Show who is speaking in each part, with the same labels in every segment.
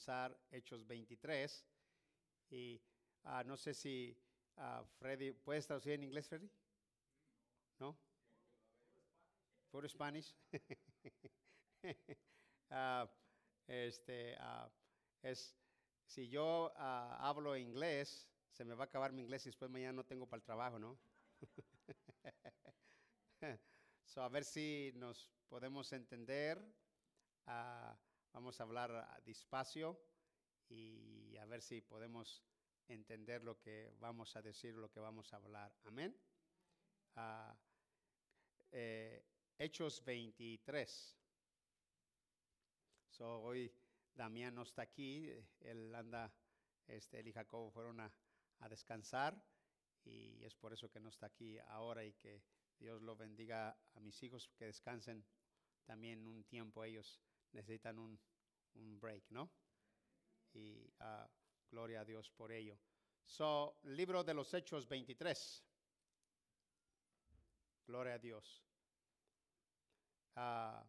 Speaker 1: analizar Hechos 23. Y ah, no sé si ah, Freddy, ¿puedes traducir en inglés, Freddy? ¿No? ¿Por Spanish? Ah, este, ah, es, si yo ah, hablo inglés, se me va a acabar mi inglés y después mañana no tengo para el trabajo, ¿no? so, a ver si nos podemos entender. Ah, vamos a hablar ah, despacio y a ver si podemos entender lo que vamos a decir, lo que vamos a hablar. Amén. Ah, eh, Hechos 23. So, hoy Damián no está aquí, eh, él anda, este, él y Jacobo fueron a, a descansar y es por eso que no está aquí ahora y que Dios lo bendiga a mis hijos que descansen también un tiempo, ellos necesitan un, un break, ¿no? Y ah, gloria a Dios por ello. So, libro de los Hechos 23. Gloria a Dios. Ah,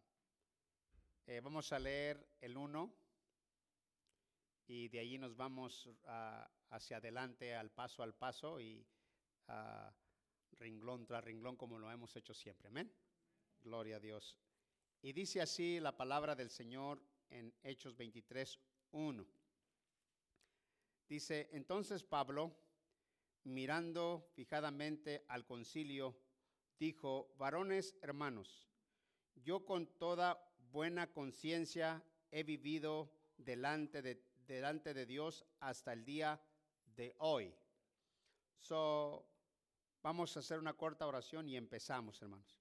Speaker 1: eh, vamos a leer el 1 y de allí nos vamos ah, hacia adelante al paso al paso y ah, renglón tras renglón como lo hemos hecho siempre. Amén. Gloria a Dios. Y dice así la palabra del Señor en Hechos 23, 1. Dice, entonces Pablo, mirando fijadamente al concilio, dijo, varones hermanos, yo con toda buena conciencia he vivido delante de, delante de Dios hasta el día de hoy. So, vamos a hacer una corta oración y empezamos, hermanos.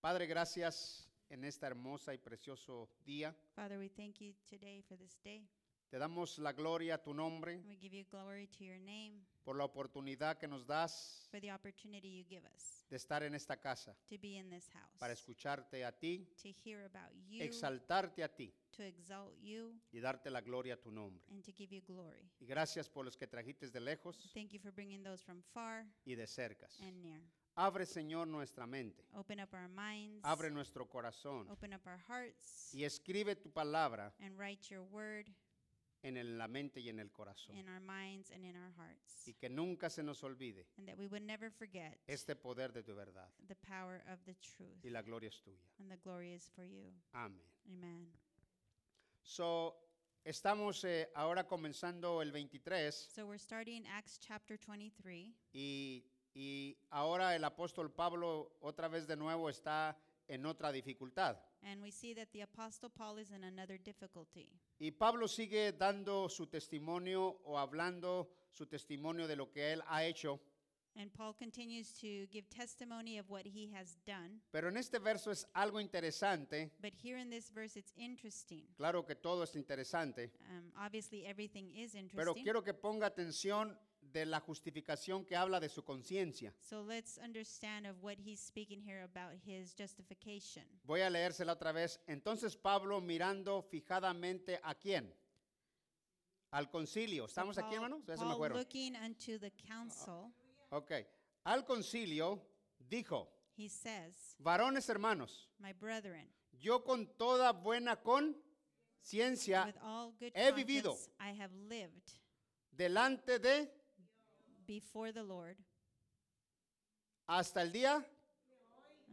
Speaker 1: Padre, gracias en esta hermosa y precioso día.
Speaker 2: Father, we thank you today for this day.
Speaker 1: Te damos la gloria a tu nombre
Speaker 2: And we give you glory to your name
Speaker 1: por la oportunidad que nos das
Speaker 2: for the opportunity you give us
Speaker 1: de estar en esta casa,
Speaker 2: to be in this house,
Speaker 1: para escucharte a ti,
Speaker 2: to hear about you,
Speaker 1: exaltarte a ti
Speaker 2: to exalt you,
Speaker 1: y darte la gloria a tu nombre.
Speaker 2: and to give you glory.
Speaker 1: Y gracias por los que trajiste de lejos
Speaker 2: Thank you for bringing those from far
Speaker 1: y de cerca.
Speaker 2: and near.
Speaker 1: Abre, Señor, nuestra mente,
Speaker 2: Open up our minds,
Speaker 1: abre nuestro corazón
Speaker 2: open up our hearts,
Speaker 1: y escribe tu palabra
Speaker 2: and write your word
Speaker 1: en el- la mente y en el corazón.
Speaker 2: in our minds and in our hearts.
Speaker 1: Y que nunca se nos olvide
Speaker 2: And that we would never forget
Speaker 1: este poder de tu verdad.
Speaker 2: the power of the truth.
Speaker 1: Y la gloria es tuya.
Speaker 2: And the glory is for you.
Speaker 1: Amén.
Speaker 2: Amen.
Speaker 1: So, estamos eh, ahora comenzando el 23
Speaker 2: So we're starting Acts chapter 23.
Speaker 1: y, y ahora el apóstol Pablo otra vez de nuevo está en otra dificultad.
Speaker 2: And we see that the Apostle Paul is in another difficulty.
Speaker 1: Y Pablo sigue dando su testimonio o hablando su testimonio de lo que él ha hecho,
Speaker 2: And Paul continues to give testimony of what he has done.
Speaker 1: pero en este verso es algo interesante.
Speaker 2: But here in this verse, it's interesting.
Speaker 1: Claro que todo es interesante,
Speaker 2: Um, obviously, everything is
Speaker 1: pero
Speaker 2: interesting.
Speaker 1: quiero que ponga atención de la justificación que habla de su conciencia.
Speaker 2: So let's understand of what he's speaking here about his justification.
Speaker 1: Voy a leérsela otra vez. Entonces Pablo mirando fijadamente a quién? Al concilio. ¿Estamos
Speaker 2: So
Speaker 1: aquí,
Speaker 2: Paul-
Speaker 1: hermanos? Ya se me
Speaker 2: Paul
Speaker 1: fueron.
Speaker 2: looking unto the council,
Speaker 1: Ok. Al concilio dijo,
Speaker 2: he says,
Speaker 1: varones hermanos,
Speaker 2: My brethren,
Speaker 1: yo con toda buena conciencia
Speaker 2: with all good
Speaker 1: he vivido.
Speaker 2: conscience, I have lived
Speaker 1: delante de
Speaker 2: before the Lord
Speaker 1: hasta el día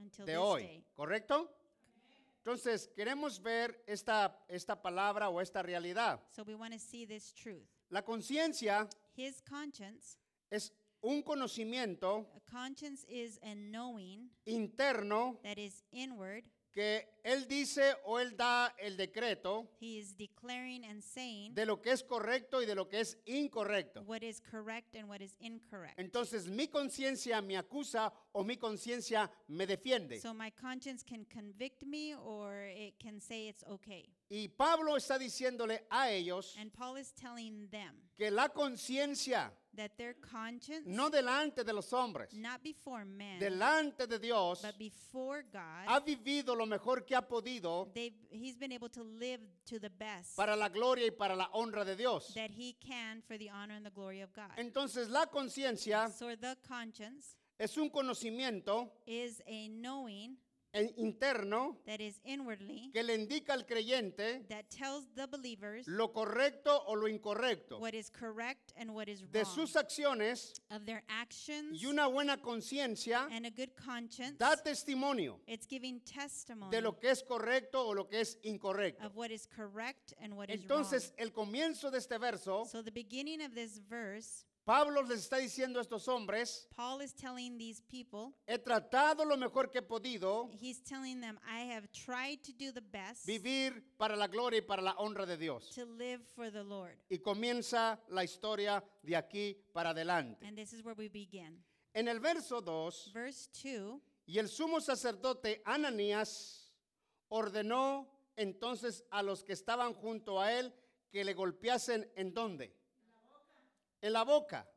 Speaker 2: until
Speaker 1: de
Speaker 2: this
Speaker 1: hoy.
Speaker 2: day.
Speaker 1: ¿Correcto? Entonces, queremos ver esta, esta palabra o esta realidad.
Speaker 2: So we want to see this truth.
Speaker 1: La conciencia
Speaker 2: His conscience,
Speaker 1: es un conocimiento
Speaker 2: a conscience is a knowing
Speaker 1: interno
Speaker 2: that is inward.
Speaker 1: que él dice o él da el decreto
Speaker 2: He is declaring and saying
Speaker 1: de lo que es correcto y de lo que es incorrecto.
Speaker 2: what is correct and what is incorrect.
Speaker 1: Entonces mi conciencia me acusa o mi conciencia me defiende.
Speaker 2: So my conscience can convict me or it can say it's okay.
Speaker 1: Y Pablo está diciéndole a ellos
Speaker 2: And Paul is telling them
Speaker 1: que la conciencia,
Speaker 2: that their conscience,
Speaker 1: no delante de los hombres,
Speaker 2: not before man,
Speaker 1: delante de Dios,
Speaker 2: but before God,
Speaker 1: ha vivido lo mejor que ha podido
Speaker 2: they've, he's been able to live to the best
Speaker 1: para la gloria y para la honra de Dios.
Speaker 2: that he can for the honor and the glory of God.
Speaker 1: Entonces la conciencia
Speaker 2: so the conscience
Speaker 1: es un conocimiento
Speaker 2: is a knowing
Speaker 1: e- interno
Speaker 2: that is inwardly
Speaker 1: que le indica al creyente
Speaker 2: that tells the believers
Speaker 1: lo correcto o lo incorrecto
Speaker 2: what is correct and what is
Speaker 1: de
Speaker 2: wrong
Speaker 1: sus acciones
Speaker 2: of their actions
Speaker 1: y una buena conciencia
Speaker 2: and a good conscience.
Speaker 1: da testimonio
Speaker 2: It's giving testimony
Speaker 1: de lo que es correcto o lo que es incorrecto.
Speaker 2: of what is correct and what is
Speaker 1: Entonces, el comienzo de este verso,
Speaker 2: wrong. So the beginning of this verse,
Speaker 1: Pablo les está diciendo a estos hombres,
Speaker 2: Paul is telling these people,
Speaker 1: he tratado lo mejor que he podido
Speaker 2: he's telling them, I have tried to do the best
Speaker 1: vivir para la gloria y para la honra de Dios.
Speaker 2: to live for the Lord.
Speaker 1: Y comienza la historia de aquí para adelante.
Speaker 2: And this is where we begin.
Speaker 1: En el verso 2,
Speaker 2: Verse 2
Speaker 1: Y el sumo sacerdote Ananías ordenó entonces a los que estaban junto a él que le golpeasen en dónde? En la boca.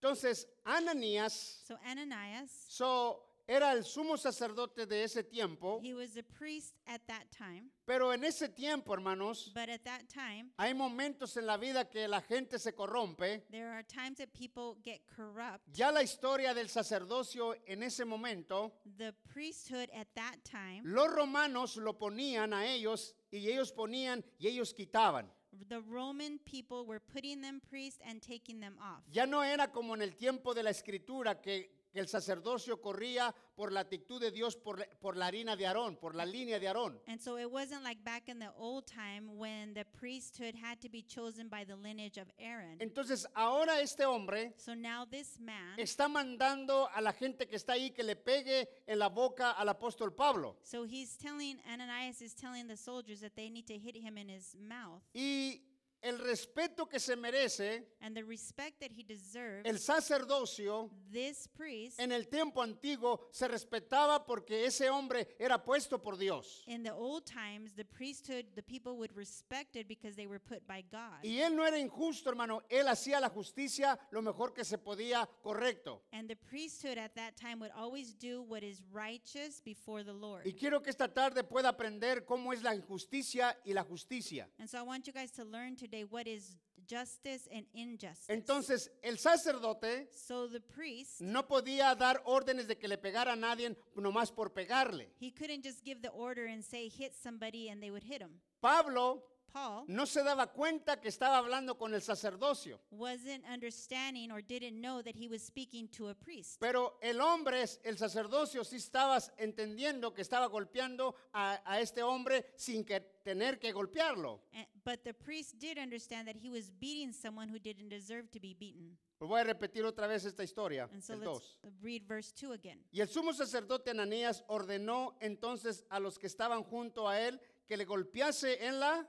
Speaker 1: Entonces Ananías
Speaker 2: So Ananias,
Speaker 1: so, era el sumo sacerdote de ese tiempo,
Speaker 2: he was a priest at that time,
Speaker 1: pero en ese tiempo, hermanos,
Speaker 2: but at that time,
Speaker 1: hay momentos en la vida que la gente se corrompe.
Speaker 2: there are times that people get corrupt.
Speaker 1: Ya la historia del sacerdocio en ese momento,
Speaker 2: The priesthood at that time,
Speaker 1: los romanos lo ponían a ellos y ellos ponían y ellos quitaban.
Speaker 2: the Roman people were putting them priests and taking them off.
Speaker 1: Ya no era como en el tiempo de la escritura que, que el sacerdocio corría por la actitud de Dios, por la, por la harina de Aarón, por la línea de Aarón.
Speaker 2: And so it wasn't like back in the old time when the priesthood had to be chosen by the lineage of Aaron.
Speaker 1: Entonces ahora este hombre
Speaker 2: So now this man,
Speaker 1: está mandando a la gente que está ahí que le pegue en la boca al apóstol Pablo.
Speaker 2: so he's telling, Ananias is telling the soldiers that they need to hit him in his mouth.
Speaker 1: Y el respeto que se merece
Speaker 2: And the respect that he deserves,
Speaker 1: el sacerdocio
Speaker 2: this priest
Speaker 1: en el tiempo antiguo se respetaba porque ese hombre era puesto por Dios.
Speaker 2: in the old times, the priesthood, the people would respect it because they were put by God.
Speaker 1: Y él no era injusto, hermano. Él hacía la justicia lo mejor que se podía, correcto.
Speaker 2: And the priesthood at that time would always do what is righteous before the Lord.
Speaker 1: Y quiero que esta tarde pueda aprender cómo es la injusticia y la justicia.
Speaker 2: And so I want you guys to learn today what is justice and injustice.
Speaker 1: Entonces, el sacerdote
Speaker 2: so the priest,
Speaker 1: no podía dar órdenes de que le pegara a nadie nomás por pegarle.
Speaker 2: he couldn't just give the order and say, hit somebody, and they would hit him.
Speaker 1: Pablo
Speaker 2: Paul
Speaker 1: no se daba cuenta que estaba hablando con el sacerdocio,
Speaker 2: wasn't understanding or didn't know that he was speaking to a priest.
Speaker 1: pero el hombre, es- el sacerdocio, sí estaba entendiendo que estaba golpeando a, a este hombre sin que tener que golpearlo.
Speaker 2: A- Eh, But the priest did understand that he was beating someone who didn't deserve to be beaten.
Speaker 1: Pues Voy a repetir otra vez esta historia.
Speaker 2: And so
Speaker 1: el
Speaker 2: let's
Speaker 1: dos.
Speaker 2: read verse 2 again.
Speaker 1: Y el sumo sacerdote Ananías ordenó entonces a los que estaban junto a él que le golpease en la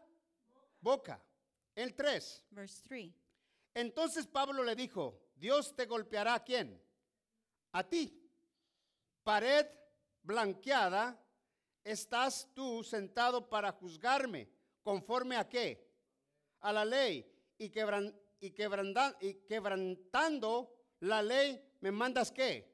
Speaker 1: boca. El 3.
Speaker 2: Verse 3.
Speaker 1: Entonces Pablo le dijo, Dios te golpeará a quién? A ti. Pared blanqueada, estás tú sentado para juzgarme. ¿Conforme a qué? A la ley. Y, quebran- y quebranda- y quebrantando la ley, ¿me mandas qué?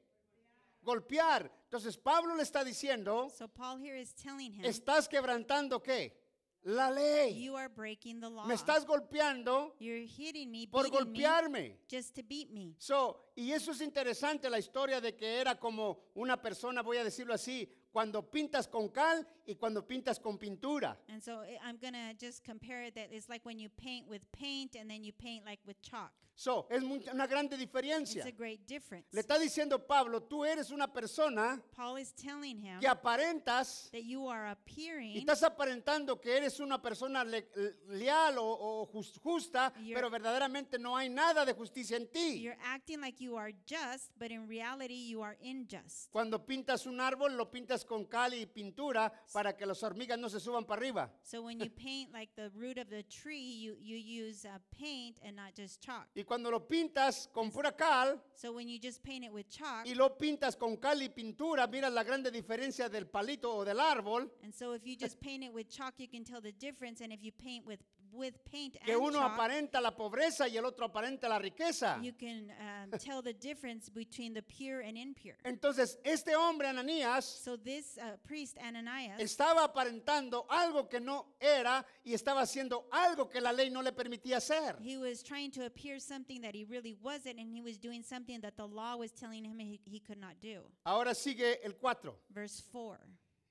Speaker 1: Golpear. Entonces Pablo le está diciendo,
Speaker 2: So Paul here is telling him,
Speaker 1: estás quebrantando qué? La ley.
Speaker 2: You are breaking the law.
Speaker 1: Me estás golpeando
Speaker 2: You're hitting me,
Speaker 1: por
Speaker 2: beating me,
Speaker 1: golpearme.
Speaker 2: just to beat me.
Speaker 1: So, y eso es interesante la historia de que era como una persona, voy a decirlo así, cuando pintas con cal y cuando pintas con pintura.
Speaker 2: And so I- I'm going to just compare it that it's like when you paint with paint and then you paint like with chalk.
Speaker 1: So, es mu- una grande
Speaker 2: It's
Speaker 1: diferencia.
Speaker 2: a great difference.
Speaker 1: Le está diciendo Pablo, tú eres una persona
Speaker 2: Paul is telling him
Speaker 1: que aparentas
Speaker 2: that you are
Speaker 1: y
Speaker 2: appearing,
Speaker 1: estás aparentando que eres una persona le- leal o, o jus- justa,
Speaker 2: You're-
Speaker 1: pero verdaderamente no hay nada de justicia en ti.
Speaker 2: you're acting like you are just, but in reality you are unjust.
Speaker 1: Cuando pintas un árbol, lo pintas con cal y pintura para que las hormigas no se suban para arriba.
Speaker 2: So when you paint like the root of the tree, you, you use uh, paint and not just chalk.
Speaker 1: Y cuando lo pintas con pura cal,
Speaker 2: So when you just paint it with chalk,
Speaker 1: y lo pintas con cal y pintura, mira la grande diferencia del palito o del árbol,
Speaker 2: and so if you just paint it with chalk, you can tell the difference. And if you paint with with paint
Speaker 1: que
Speaker 2: and
Speaker 1: uno
Speaker 2: chalk,
Speaker 1: aparenta la pobreza y el otro aparenta la riqueza.
Speaker 2: you can um, tell the difference between the pure and impure.
Speaker 1: Entonces, este hombre, Ananías,
Speaker 2: So this uh, priest Ananias,
Speaker 1: estaba aparentando algo que no era y estaba haciendo algo que la ley no le permitía hacer.
Speaker 2: he was trying to appear something that he really wasn't, and he was doing something that the law was telling him he, he could not do.
Speaker 1: Ahora sigue el 4.
Speaker 2: Verse four.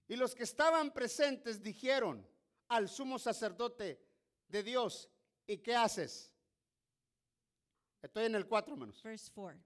Speaker 1: Y los que estaban presentes dijeron al sumo sacerdote de Dios, ¿y qué haces? Estoy en el 4 menos.
Speaker 2: Verse 4.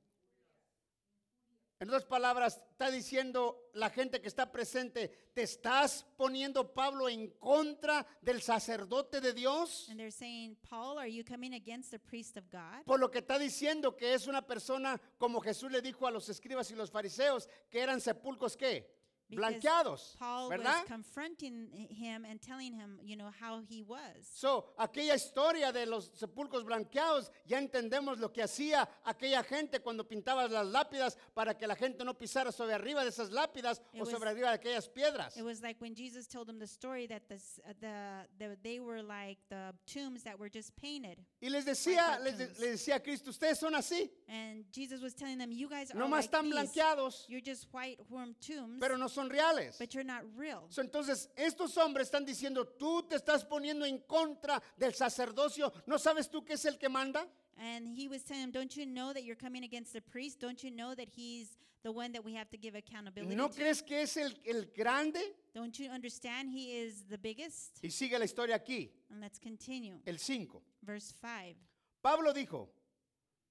Speaker 1: En otras palabras, está diciendo la gente que está presente, ¿te estás poniendo, Pablo, en contra del sacerdote de Dios?
Speaker 2: And they're saying, Paul, are you coming against the priest of God?
Speaker 1: Por lo que está diciendo que es una persona, como Jesús le dijo a los escribas y los fariseos, que eran sepulcros, ¿qué?
Speaker 2: Because
Speaker 1: Blanqueados,
Speaker 2: Paul
Speaker 1: ¿verdad?
Speaker 2: was confronting i- him and telling him, you know, how he was.
Speaker 1: So, aquella historia de los sepulcros blanqueados, ya entendemos lo que hacía aquella gente cuando pintabas las lápidas para que la gente no pisara sobre arriba de esas lápidas
Speaker 2: It
Speaker 1: o
Speaker 2: was-
Speaker 1: sobre arriba de aquellas piedras.
Speaker 2: It was like when Jesus told them the story that the, s- uh, the, the they were like the tombs that were just painted.
Speaker 1: Y les decía,
Speaker 2: white
Speaker 1: les, de-
Speaker 2: tombs.
Speaker 1: les decía a Cristo, ustedes son así,
Speaker 2: And Jesus was telling them, you guys are
Speaker 1: nomás
Speaker 2: like
Speaker 1: están
Speaker 2: these.
Speaker 1: blanqueados,
Speaker 2: You're just white warm tombs,
Speaker 1: pero no son reales.
Speaker 2: but you're not real.
Speaker 1: So, entonces, estos hombres están diciendo, tú te estás poniendo en contra del sacerdocio, ¿no sabes tú que es el que manda?
Speaker 2: And he was telling him, Don't you know that you're coming against the priest? Don't you know that he's the one that we have to give accountability
Speaker 1: ¿No
Speaker 2: to?
Speaker 1: crees que es el, el grande?
Speaker 2: Don't you understand he is the biggest?
Speaker 1: Y sigue la historia aquí,
Speaker 2: And let's continue.
Speaker 1: el 5.
Speaker 2: Verse 5.
Speaker 1: Pablo dijo,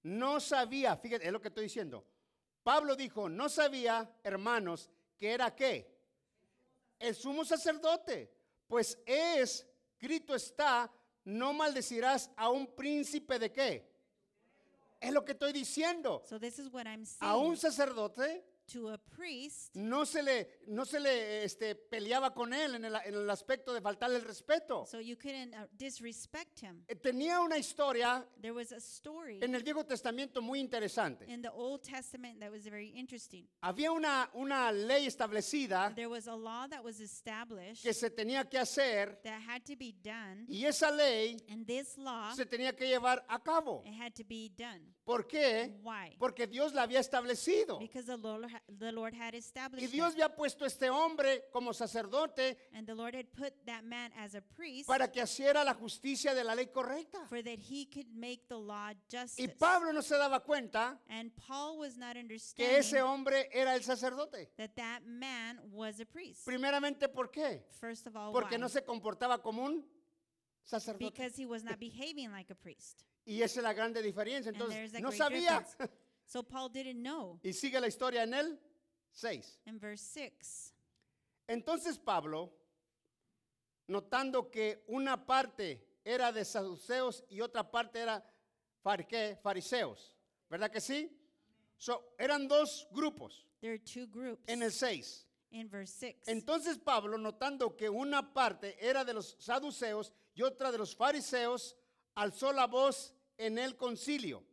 Speaker 1: no sabía, fíjate, es lo que estoy diciendo. Pablo dijo, no sabía, hermanos, que era qué? El sumo sacerdote. Pues es, grito está, no maldecirás a un príncipe de qué? Es lo que estoy diciendo.
Speaker 2: So this is what I'm
Speaker 1: A un
Speaker 2: saying.
Speaker 1: sacerdote
Speaker 2: To a priest,
Speaker 1: no se le, no se le este, peleaba con él en el, en el aspecto de faltarle el respeto.
Speaker 2: so you couldn't uh, disrespect him.
Speaker 1: Eh, Tenía una historia
Speaker 2: There was a story
Speaker 1: en el Viejo Testamento muy interesante.
Speaker 2: in the Old Testament that was very interesting.
Speaker 1: Había una, una ley establecida
Speaker 2: There was a law that was
Speaker 1: Ah.
Speaker 2: established
Speaker 1: que se tenía que hacer
Speaker 2: that had to be done,
Speaker 1: y esa ley
Speaker 2: and this law,
Speaker 1: se tenía que llevar a cabo.
Speaker 2: it had to be done.
Speaker 1: Eh? ¿Por qué?
Speaker 2: Why?
Speaker 1: Porque Dios la había establecido.
Speaker 2: Because the Lord, ha- the Lord had
Speaker 1: Y
Speaker 2: established
Speaker 1: Dios
Speaker 2: that.
Speaker 1: había puesto a este hombre como sacerdote
Speaker 2: and the Lord had put that man as a priest
Speaker 1: para que hiciera la justicia de la ley correcta.
Speaker 2: for that he could make the law justice.
Speaker 1: Y Pablo no se daba cuenta
Speaker 2: and Paul was not
Speaker 1: que
Speaker 2: understanding
Speaker 1: ese hombre era el sacerdote.
Speaker 2: that that man was a priest.
Speaker 1: Primeramente, ¿por qué?
Speaker 2: First of all,
Speaker 1: Porque
Speaker 2: why?
Speaker 1: no se comportaba como un sacerdote.
Speaker 2: Oh, because he was not behaving like a priest.
Speaker 1: Y esa es la grande diferencia.
Speaker 2: And
Speaker 1: Entonces,
Speaker 2: there's a
Speaker 1: no
Speaker 2: great
Speaker 1: sabía.
Speaker 2: difference. So Paul didn't know.
Speaker 1: Y sigue la historia en el 6.
Speaker 2: In verse 6,
Speaker 1: Entonces Pablo, notando que una parte era de saduceos y otra parte era far- ¿qué? fariseos, ¿verdad que sí? So, eran dos grupos
Speaker 2: there are two groups.
Speaker 1: en el 6.
Speaker 2: in verse 6.
Speaker 1: Entonces Pablo, notando que una parte era de los saduceos y otra de los fariseos, alzó la voz en el concilio.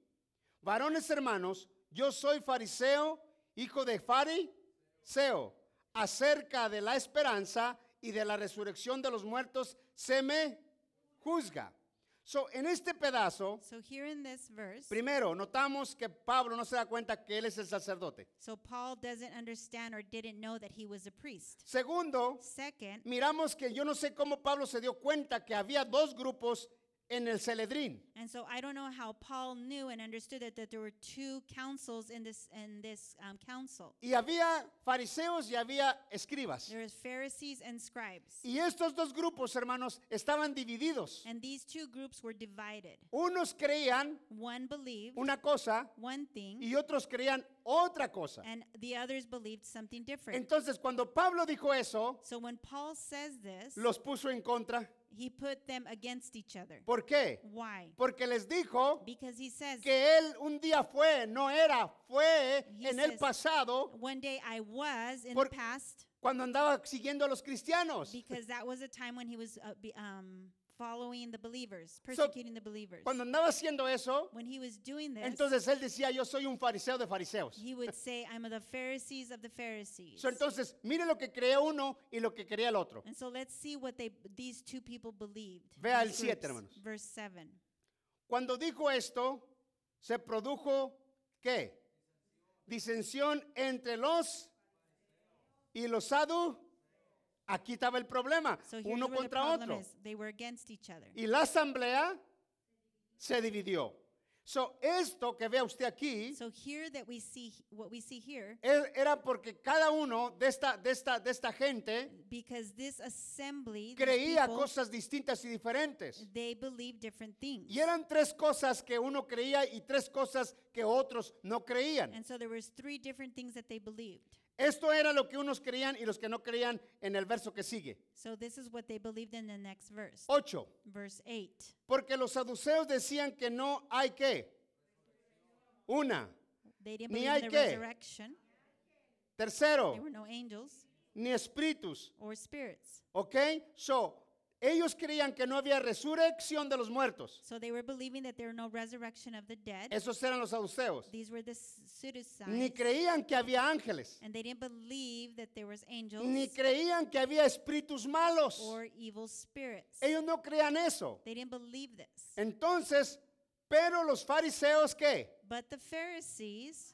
Speaker 1: Varones hermanos, yo soy fariseo, hijo de fariseo. Acerca de la esperanza y de la resurrección de los muertos, se me juzga. So, en este pedazo,
Speaker 2: so here in this verse,
Speaker 1: primero, notamos que Pablo no se da cuenta que él es el sacerdote.
Speaker 2: so Paul doesn't understand or didn't know that he was a priest.
Speaker 1: Segundo,
Speaker 2: Second,
Speaker 1: miramos que yo no sé cómo Pablo se dio cuenta que había dos grupos en el Celedrín.
Speaker 2: And so I don't know how Paul knew and understood that, that there were two councils in this in this um, council.
Speaker 1: Y había fariseos y había escribas.
Speaker 2: There is Pharisees and scribes,
Speaker 1: Y estos dos grupos, hermanos, estaban divididos.
Speaker 2: and these two groups were divided.
Speaker 1: Unos creían
Speaker 2: One believed
Speaker 1: una cosa
Speaker 2: one thing,
Speaker 1: y otros creían otra cosa.
Speaker 2: and the others believed something different.
Speaker 1: Entonces, cuando Pablo dijo eso,
Speaker 2: So when Paul says this,
Speaker 1: los puso en contra.
Speaker 2: he put them against each other.
Speaker 1: ¿Por qué?
Speaker 2: Why?
Speaker 1: Porque les dijo
Speaker 2: Because he says,
Speaker 1: que él un día fue, no era, fue
Speaker 2: He
Speaker 1: en el
Speaker 2: says-
Speaker 1: pasado
Speaker 2: "One day I was in
Speaker 1: Por-
Speaker 2: the past,
Speaker 1: cuando andaba siguiendo a los cristianos.
Speaker 2: because that was a time when he was uh, be, um, following the believers,
Speaker 1: So,
Speaker 2: persecuting the believers."
Speaker 1: Cuando andaba haciendo eso,
Speaker 2: When he was doing this,
Speaker 1: Entonces él decía, yo soy un fariseo de fariseos.
Speaker 2: he would say, I'm of the Pharisees of the Pharisees.
Speaker 1: So, entonces, mire lo que creía uno y lo que creía el otro.
Speaker 2: and so let's see what they these two people believed.
Speaker 1: Vea
Speaker 2: these
Speaker 1: el siete,
Speaker 2: groups.
Speaker 1: hermanos.
Speaker 2: Verse 7.
Speaker 1: Cuando dijo esto, se produjo ¿qué? Disensión entre los y los sadu. Aquí estaba el problema,
Speaker 2: So here's
Speaker 1: uno
Speaker 2: where the
Speaker 1: contra
Speaker 2: problem
Speaker 1: otro.
Speaker 2: is. They were against each other.
Speaker 1: Y la asamblea se dividió. So, esto que vea usted aquí
Speaker 2: So here that we see what we see here
Speaker 1: e- era porque cada uno de esta, de esta, de esta gente
Speaker 2: because this assembly these
Speaker 1: creía
Speaker 2: people,
Speaker 1: cosas distintas y diferentes.
Speaker 2: they believe different things.
Speaker 1: Y eran tres cosas que uno creía y tres cosas que otros no creían.
Speaker 2: And so there was three different things that they believed.
Speaker 1: Esto era lo que unos creían y los que no creían en el verso que sigue.
Speaker 2: So this is what they believed in the next verse.
Speaker 1: 8.
Speaker 2: Verse 8.
Speaker 1: Porque los saduceos decían que no hay que. Una.
Speaker 2: They didn't
Speaker 1: Ni
Speaker 2: believe
Speaker 1: hay
Speaker 2: in the
Speaker 1: qué.
Speaker 2: resurrection. There
Speaker 1: Tercero,
Speaker 2: were no angels
Speaker 1: ni espíritus.
Speaker 2: or spirits.
Speaker 1: ¿Ok? So, ellos creían que no había resurrección de los muertos.
Speaker 2: So they were believing that there were no resurrection of the dead.
Speaker 1: Esos eran los saduceos.
Speaker 2: These were the s-
Speaker 1: Ni
Speaker 2: pseudoscience.
Speaker 1: creían que había ángeles.
Speaker 2: And they didn't believe that there was angels
Speaker 1: Ni creían que había espíritus malos.
Speaker 2: or evil spirits.
Speaker 1: Ellos no creían eso.
Speaker 2: They didn't believe this.
Speaker 1: Entonces, pero los fariseos que
Speaker 2: But the Pharisees,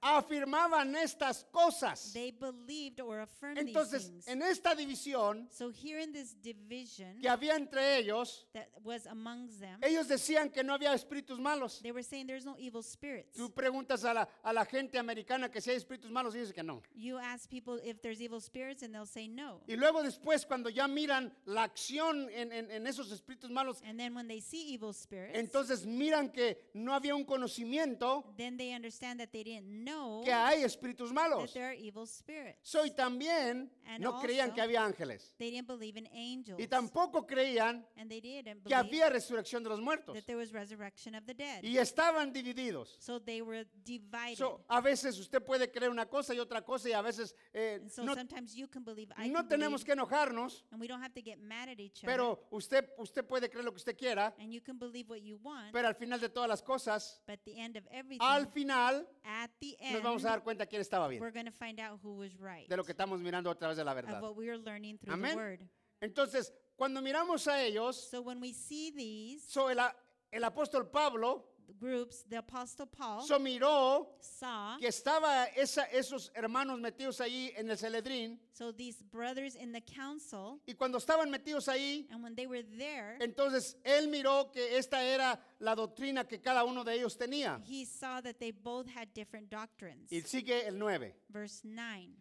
Speaker 1: afirmaban estas cosas.
Speaker 2: they believed or affirmed these
Speaker 1: Entonces,
Speaker 2: things.
Speaker 1: en esta división
Speaker 2: so here in this division
Speaker 1: que había entre ellos,
Speaker 2: that was amongst them,
Speaker 1: ellos decían que no había espíritus malos.
Speaker 2: they were saying there's no evil spirits.
Speaker 1: Tú preguntas a la, a la gente americana que si hay espíritus malos y dice que no.
Speaker 2: You ask people if there's evil spirits and they'll say no.
Speaker 1: Y luego después, cuando ya miran la acción en, en- en esos espíritus malos,
Speaker 2: And then when they see evil spirits,
Speaker 1: entonces miran que no había un conocimiento
Speaker 2: then they understand that they didn't know
Speaker 1: que hay espíritus malos.
Speaker 2: that there are evil spirits.
Speaker 1: So, y también
Speaker 2: And
Speaker 1: no creían que
Speaker 2: also-
Speaker 1: había ángeles.
Speaker 2: They didn't believe in angels.
Speaker 1: Y tampoco creían
Speaker 2: and they didn't
Speaker 1: que
Speaker 2: believe
Speaker 1: había resurrección de los muertos.
Speaker 2: that there was resurrection of the dead.
Speaker 1: Y estaban divididos.
Speaker 2: So they were divided.
Speaker 1: So, a veces usted puede creer una cosa y otra cosa y a veces eh,
Speaker 2: and so
Speaker 1: no,
Speaker 2: sometimes you can believe, I
Speaker 1: no
Speaker 2: can
Speaker 1: tenemos
Speaker 2: believe,
Speaker 1: que enojarnos,
Speaker 2: and we don't have to get mad at each other.
Speaker 1: pero usted, usted puede creer lo que usted quiera,
Speaker 2: And you can believe what you want,
Speaker 1: pero al final de todas las cosas,
Speaker 2: but the end of everything,
Speaker 1: al final
Speaker 2: at the
Speaker 1: nos
Speaker 2: end,
Speaker 1: vamos a dar cuenta quién estaba bien,
Speaker 2: we're going to find out who was right
Speaker 1: de lo que estamos mirando a través de la
Speaker 2: of
Speaker 1: verdad.
Speaker 2: what we are learning through
Speaker 1: Amén.
Speaker 2: the Word.
Speaker 1: Entonces, cuando miramos a ellos,
Speaker 2: So when we see these
Speaker 1: so el, a- el apóstol Pablo
Speaker 2: groups, the Apostle Paul
Speaker 1: so miró
Speaker 2: saw,
Speaker 1: que estaba esa- esos hermanos metidos ahí en el Celedrín
Speaker 2: so these brothers in the council,
Speaker 1: y cuando estaban metidos ahí,
Speaker 2: and when they were there,
Speaker 1: Entonces él miró que esta era la doctrina que cada uno de ellos tenía.
Speaker 2: he saw that they both had different doctrines.
Speaker 1: Y sigue el 9.
Speaker 2: Verse 9.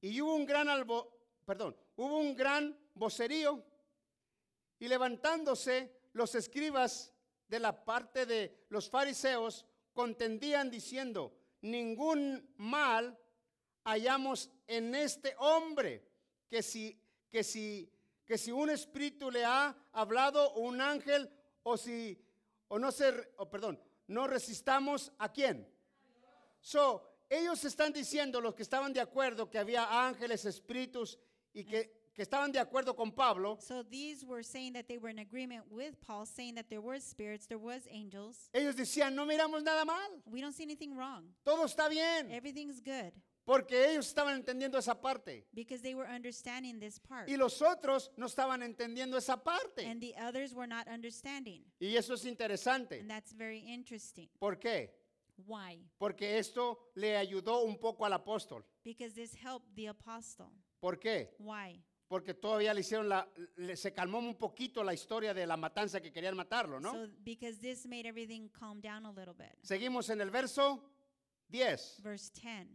Speaker 1: Y hubo un gran albo, perdón, hubo un gran vocerío y levantándose los escribas de la parte de los fariseos contendían diciendo, ningún mal hallamos en este hombre, que si que si que si un espíritu le ha hablado o un ángel o si o no ser, o perdón, no resistamos a quién? So, ellos están diciendo, los que estaban de acuerdo, que había ángeles, espíritus y que, que estaban de acuerdo con Pablo,
Speaker 2: So these were saying that they were in agreement with Paul, saying that there were spirits, there was angels.
Speaker 1: ellos decían, no miramos nada mal,
Speaker 2: We don't see anything wrong.
Speaker 1: todo está bien,
Speaker 2: Everything's good
Speaker 1: porque ellos estaban entendiendo esa parte
Speaker 2: because they were understanding this part.
Speaker 1: y los otros no estaban entendiendo esa parte.
Speaker 2: And the others were not understanding.
Speaker 1: Y eso es interesante.
Speaker 2: And that's very interesting.
Speaker 1: ¿Por qué?
Speaker 2: Why?
Speaker 1: Porque esto le ayudó un poco al apóstol.
Speaker 2: Because this helped the apostle.
Speaker 1: ¿Por qué?
Speaker 2: Why?
Speaker 1: Porque todavía le hicieron la, le- se calmó un poquito la historia de la matanza que querían matarlo, ¿no?
Speaker 2: So because this made everything calm down a little bit.
Speaker 1: Seguimos en el verso 10.
Speaker 2: Verse 10.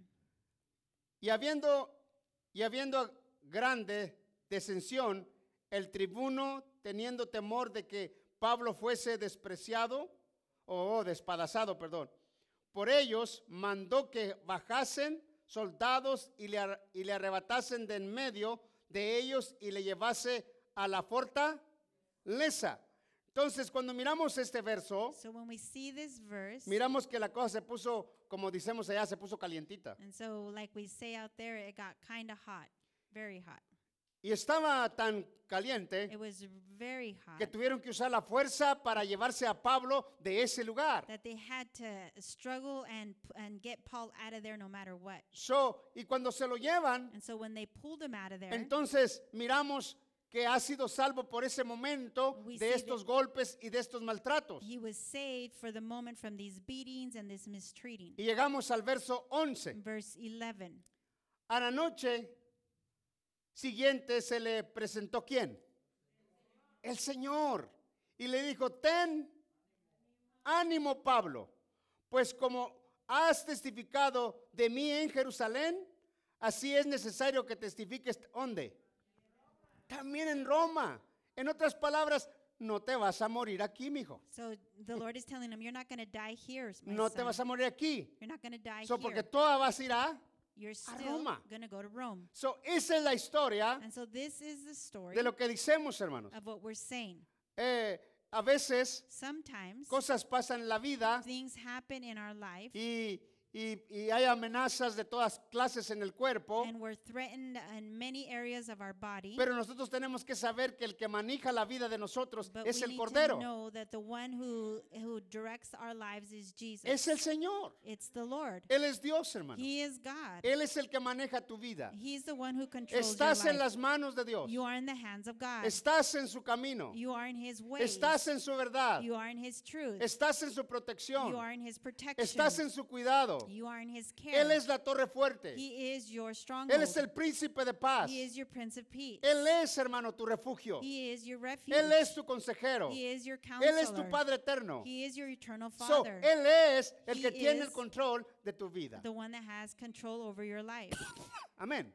Speaker 1: Y habiendo, y habiendo grande descensión, el tribuno, teniendo temor de que Pablo fuese despreciado o despadazado, perdón, por ellos mandó que bajasen soldados y le, ar- y le arrebatasen de en medio de ellos y le llevase a la fortaleza. Entonces, cuando miramos este verso,
Speaker 2: So when we see this verse,
Speaker 1: miramos que la cosa se puso, como decimos allá, se puso calientita.
Speaker 2: and so like we say out there, it got kind of hot, very hot.
Speaker 1: Y estaba tan caliente
Speaker 2: It was very hot
Speaker 1: que tuvieron que usar la fuerza para llevarse a Pablo de ese lugar.
Speaker 2: that they had to struggle and p- and get Paul out of there no matter what.
Speaker 1: So, y cuando se lo llevan,
Speaker 2: And so when they pulled him out of there,
Speaker 1: entonces miramos que ha sido salvo por ese momento
Speaker 2: We
Speaker 1: de
Speaker 2: see
Speaker 1: estos golpes y de estos maltratos.
Speaker 2: he was saved for the moment from these beatings and this mistreating.
Speaker 1: Y llegamos al verso 11.
Speaker 2: Verse 11.
Speaker 1: A la noche siguiente se le presentó quién? El Señor. Y le dijo, ten ánimo Pablo, pues como has testificado de mí en Jerusalén, así es necesario que testifiques ¿dónde? También en Roma. En otras palabras, no te vas a morir aquí, mijo.
Speaker 2: So the Lord is telling him, You're not going to die here. My
Speaker 1: No te
Speaker 2: son.
Speaker 1: vas a morir aquí.
Speaker 2: You're not going to die
Speaker 1: So, porque
Speaker 2: here.
Speaker 1: toda vas a ir a.
Speaker 2: You're still
Speaker 1: Roma.
Speaker 2: going to go to Rome.
Speaker 1: So, esa es la historia
Speaker 2: And so this is the story
Speaker 1: de lo que decimos, hermanos.
Speaker 2: of what we're saying.
Speaker 1: Eh, a veces
Speaker 2: Sometimes
Speaker 1: cosas pasan en la vida
Speaker 2: things happen in our life
Speaker 1: y, y- y hay amenazas de todas clases en el cuerpo,
Speaker 2: and we're threatened in many areas of our body.
Speaker 1: pero nosotros tenemos que saber que el que maneja la vida de nosotros
Speaker 2: But
Speaker 1: es
Speaker 2: we
Speaker 1: el
Speaker 2: need
Speaker 1: Cordero,
Speaker 2: to know that the one who, who directs our lives is Jesus.
Speaker 1: es el Señor,
Speaker 2: it's the Lord.
Speaker 1: Él es Dios, hermano,
Speaker 2: He is God.
Speaker 1: Él es el que maneja tu vida.
Speaker 2: He's the one who controls your
Speaker 1: Estás en
Speaker 2: life.
Speaker 1: las manos de Dios,
Speaker 2: You are in the hands of God.
Speaker 1: estás en su camino,
Speaker 2: You are in His ways.
Speaker 1: estás en su verdad,
Speaker 2: You are in His truth.
Speaker 1: estás en su
Speaker 2: You
Speaker 1: protección,
Speaker 2: are in His protection.
Speaker 1: estás en su cuidado.
Speaker 2: You are in His care.
Speaker 1: Él es la torre fuerte,
Speaker 2: He is your stronghold.
Speaker 1: Él es el príncipe de paz,
Speaker 2: He is your Prince of Peace.
Speaker 1: Él es, hermano, tu refugio.
Speaker 2: He is your refuge.
Speaker 1: Él es tu consejero.
Speaker 2: He is your
Speaker 1: Él
Speaker 2: counselor.
Speaker 1: es tu Padre eterno.
Speaker 2: He is your eternal
Speaker 1: So,
Speaker 2: Father.
Speaker 1: él es el
Speaker 2: He
Speaker 1: que tiene el
Speaker 2: is
Speaker 1: control de tu vida.
Speaker 2: the one that has control over your life.
Speaker 1: Amén.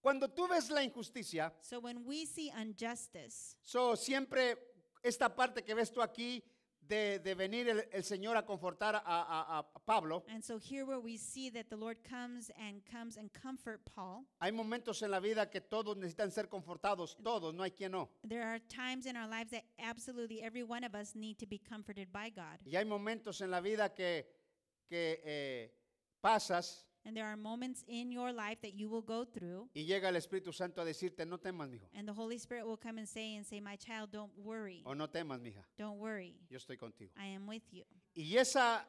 Speaker 1: Cuando tú ves la injusticia,
Speaker 2: so when we see injustice,
Speaker 1: so siempre esta parte que ves tú aquí de, de venir el, el Señor a confortar a, a- a Pablo,
Speaker 2: and so here where we see that the Lord comes and comes and comfort Paul,
Speaker 1: hay momentos en la vida que todos necesitan ser confortados, todos, no hay quien no.
Speaker 2: there are times in our lives that absolutely every one of us need to be comforted by God.
Speaker 1: Y hay momentos en la vida que, que eh, pasas
Speaker 2: And there are moments in your life that you will go through,
Speaker 1: y llega el Espíritu Santo a decirte, no temas, mijo,
Speaker 2: and the Holy Spirit will come and say and say, "My child, don't worry.
Speaker 1: o Oh, no temas, mija,
Speaker 2: Don't worry.
Speaker 1: yo estoy contigo.
Speaker 2: I am with you."
Speaker 1: Y esa,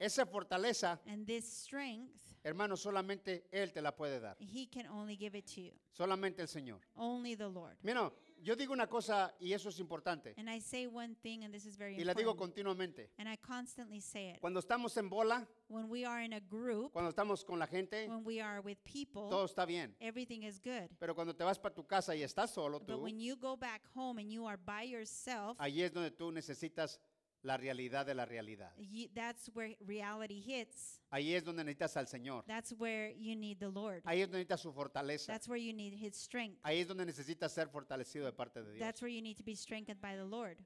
Speaker 1: esa fortaleza
Speaker 2: And this strength,
Speaker 1: Hermano, solamente Él te la puede dar.
Speaker 2: he can only give it to you.
Speaker 1: Solamente el Señor.
Speaker 2: Only the Lord.
Speaker 1: Mira, yo digo una cosa y eso es importante.
Speaker 2: And I say one thing, and this is very
Speaker 1: Y la digo
Speaker 2: important.
Speaker 1: continuamente.
Speaker 2: And I constantly say it.
Speaker 1: Cuando estamos en bola,
Speaker 2: When we are in a group,
Speaker 1: cuando estamos con la gente,
Speaker 2: when we are with people,
Speaker 1: todo está bien.
Speaker 2: everything is good.
Speaker 1: Pero cuando te vas para tu casa y estás solo
Speaker 2: But
Speaker 1: tú,
Speaker 2: when you go back home and you are by yourself,
Speaker 1: ahí es donde tú necesitas la realidad de la realidad.
Speaker 2: ye- that's where reality hits.
Speaker 1: Ahí es donde necesitas al Señor.
Speaker 2: That's where you need the Lord.
Speaker 1: Ahí es donde necesitas su fortaleza.
Speaker 2: That's where you need his strength.
Speaker 1: Ahí es donde necesitas ser fortalecido de parte de Dios.
Speaker 2: That's where you need to be strengthened by the Lord.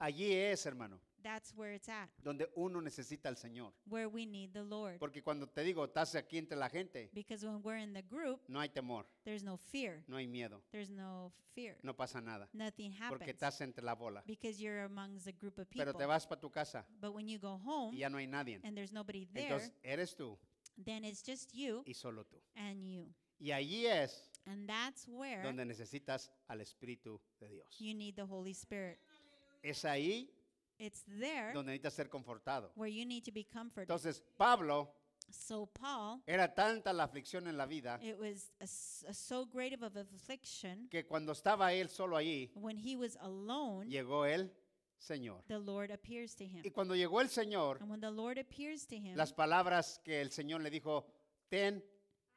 Speaker 1: Allí es, hermano,
Speaker 2: That's where it's at,
Speaker 1: donde uno necesita al Señor.
Speaker 2: where we need the Lord.
Speaker 1: Porque cuando te digo, estás aquí entre la gente,
Speaker 2: Because when we're in the group,
Speaker 1: no hay temor,
Speaker 2: there's no fear.
Speaker 1: no hay miedo.
Speaker 2: There's no fear.
Speaker 1: no pasa nada,
Speaker 2: Nothing
Speaker 1: porque
Speaker 2: happens
Speaker 1: estás entre la bola.
Speaker 2: because you're amongst a group of
Speaker 1: Pero
Speaker 2: people.
Speaker 1: te vas para tu casa
Speaker 2: But when you go home
Speaker 1: y ya no hay nadie.
Speaker 2: and there's nobody there,
Speaker 1: Entonces eres tú
Speaker 2: then it's just you
Speaker 1: y solo tú.
Speaker 2: and you.
Speaker 1: Y allí es
Speaker 2: And that's where
Speaker 1: donde necesitas al Espíritu de Dios.
Speaker 2: you need the Holy Spirit.
Speaker 1: Es ahí
Speaker 2: It's there
Speaker 1: donde necesitas ser confortado.
Speaker 2: where you need to be comforted.
Speaker 1: Entonces Pablo
Speaker 2: so Paul,
Speaker 1: era tanta la aflicción en la vida
Speaker 2: it was a s- a so great of an affliction
Speaker 1: que cuando estaba él solo allí,
Speaker 2: when he was alone,
Speaker 1: llegó el Señor.
Speaker 2: the Lord appears to him.
Speaker 1: Y cuando llegó el Señor,
Speaker 2: And when the Lord appears to him,
Speaker 1: las palabras que el Señor le dijo, ten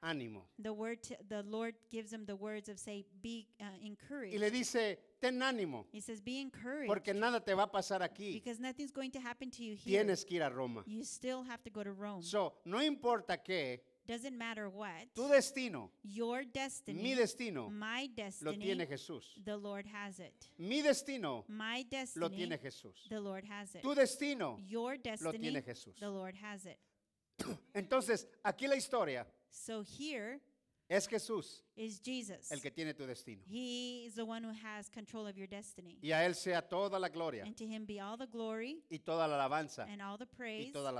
Speaker 1: ánimo.
Speaker 2: the word to, the Lord gives him the words of say, "Be uh,
Speaker 1: Y
Speaker 2: encouraged."
Speaker 1: le dice, ten ánimo,
Speaker 2: he says, "Be encouraged,"
Speaker 1: porque nada te va a pasar aquí.
Speaker 2: because nothing's going to happen to you here.
Speaker 1: Tienes que ir a Roma.
Speaker 2: You still have to go to Rome.
Speaker 1: So, no importa qué,
Speaker 2: Doesn't matter what.
Speaker 1: tu destino,
Speaker 2: Your
Speaker 1: mi
Speaker 2: destiny,
Speaker 1: destino,
Speaker 2: my
Speaker 1: lo tiene
Speaker 2: destiny,
Speaker 1: Jesús.
Speaker 2: the Lord has it.
Speaker 1: Mi destino
Speaker 2: My
Speaker 1: lo tiene
Speaker 2: destiny,
Speaker 1: Jesús.
Speaker 2: the Lord has it.
Speaker 1: Tu destino.
Speaker 2: Your destiny,
Speaker 1: Jesús.
Speaker 2: the Lord has it.
Speaker 1: Entonces, aquí la historia
Speaker 2: So here
Speaker 1: es Jesús
Speaker 2: is Jesus.
Speaker 1: el que tiene tu destino.
Speaker 2: He is the one who has control of your destiny.
Speaker 1: Y a Él sea toda la gloria
Speaker 2: And to him be all the glory
Speaker 1: y toda la alabanza
Speaker 2: and all the
Speaker 1: y
Speaker 2: praise
Speaker 1: toda la
Speaker 2: and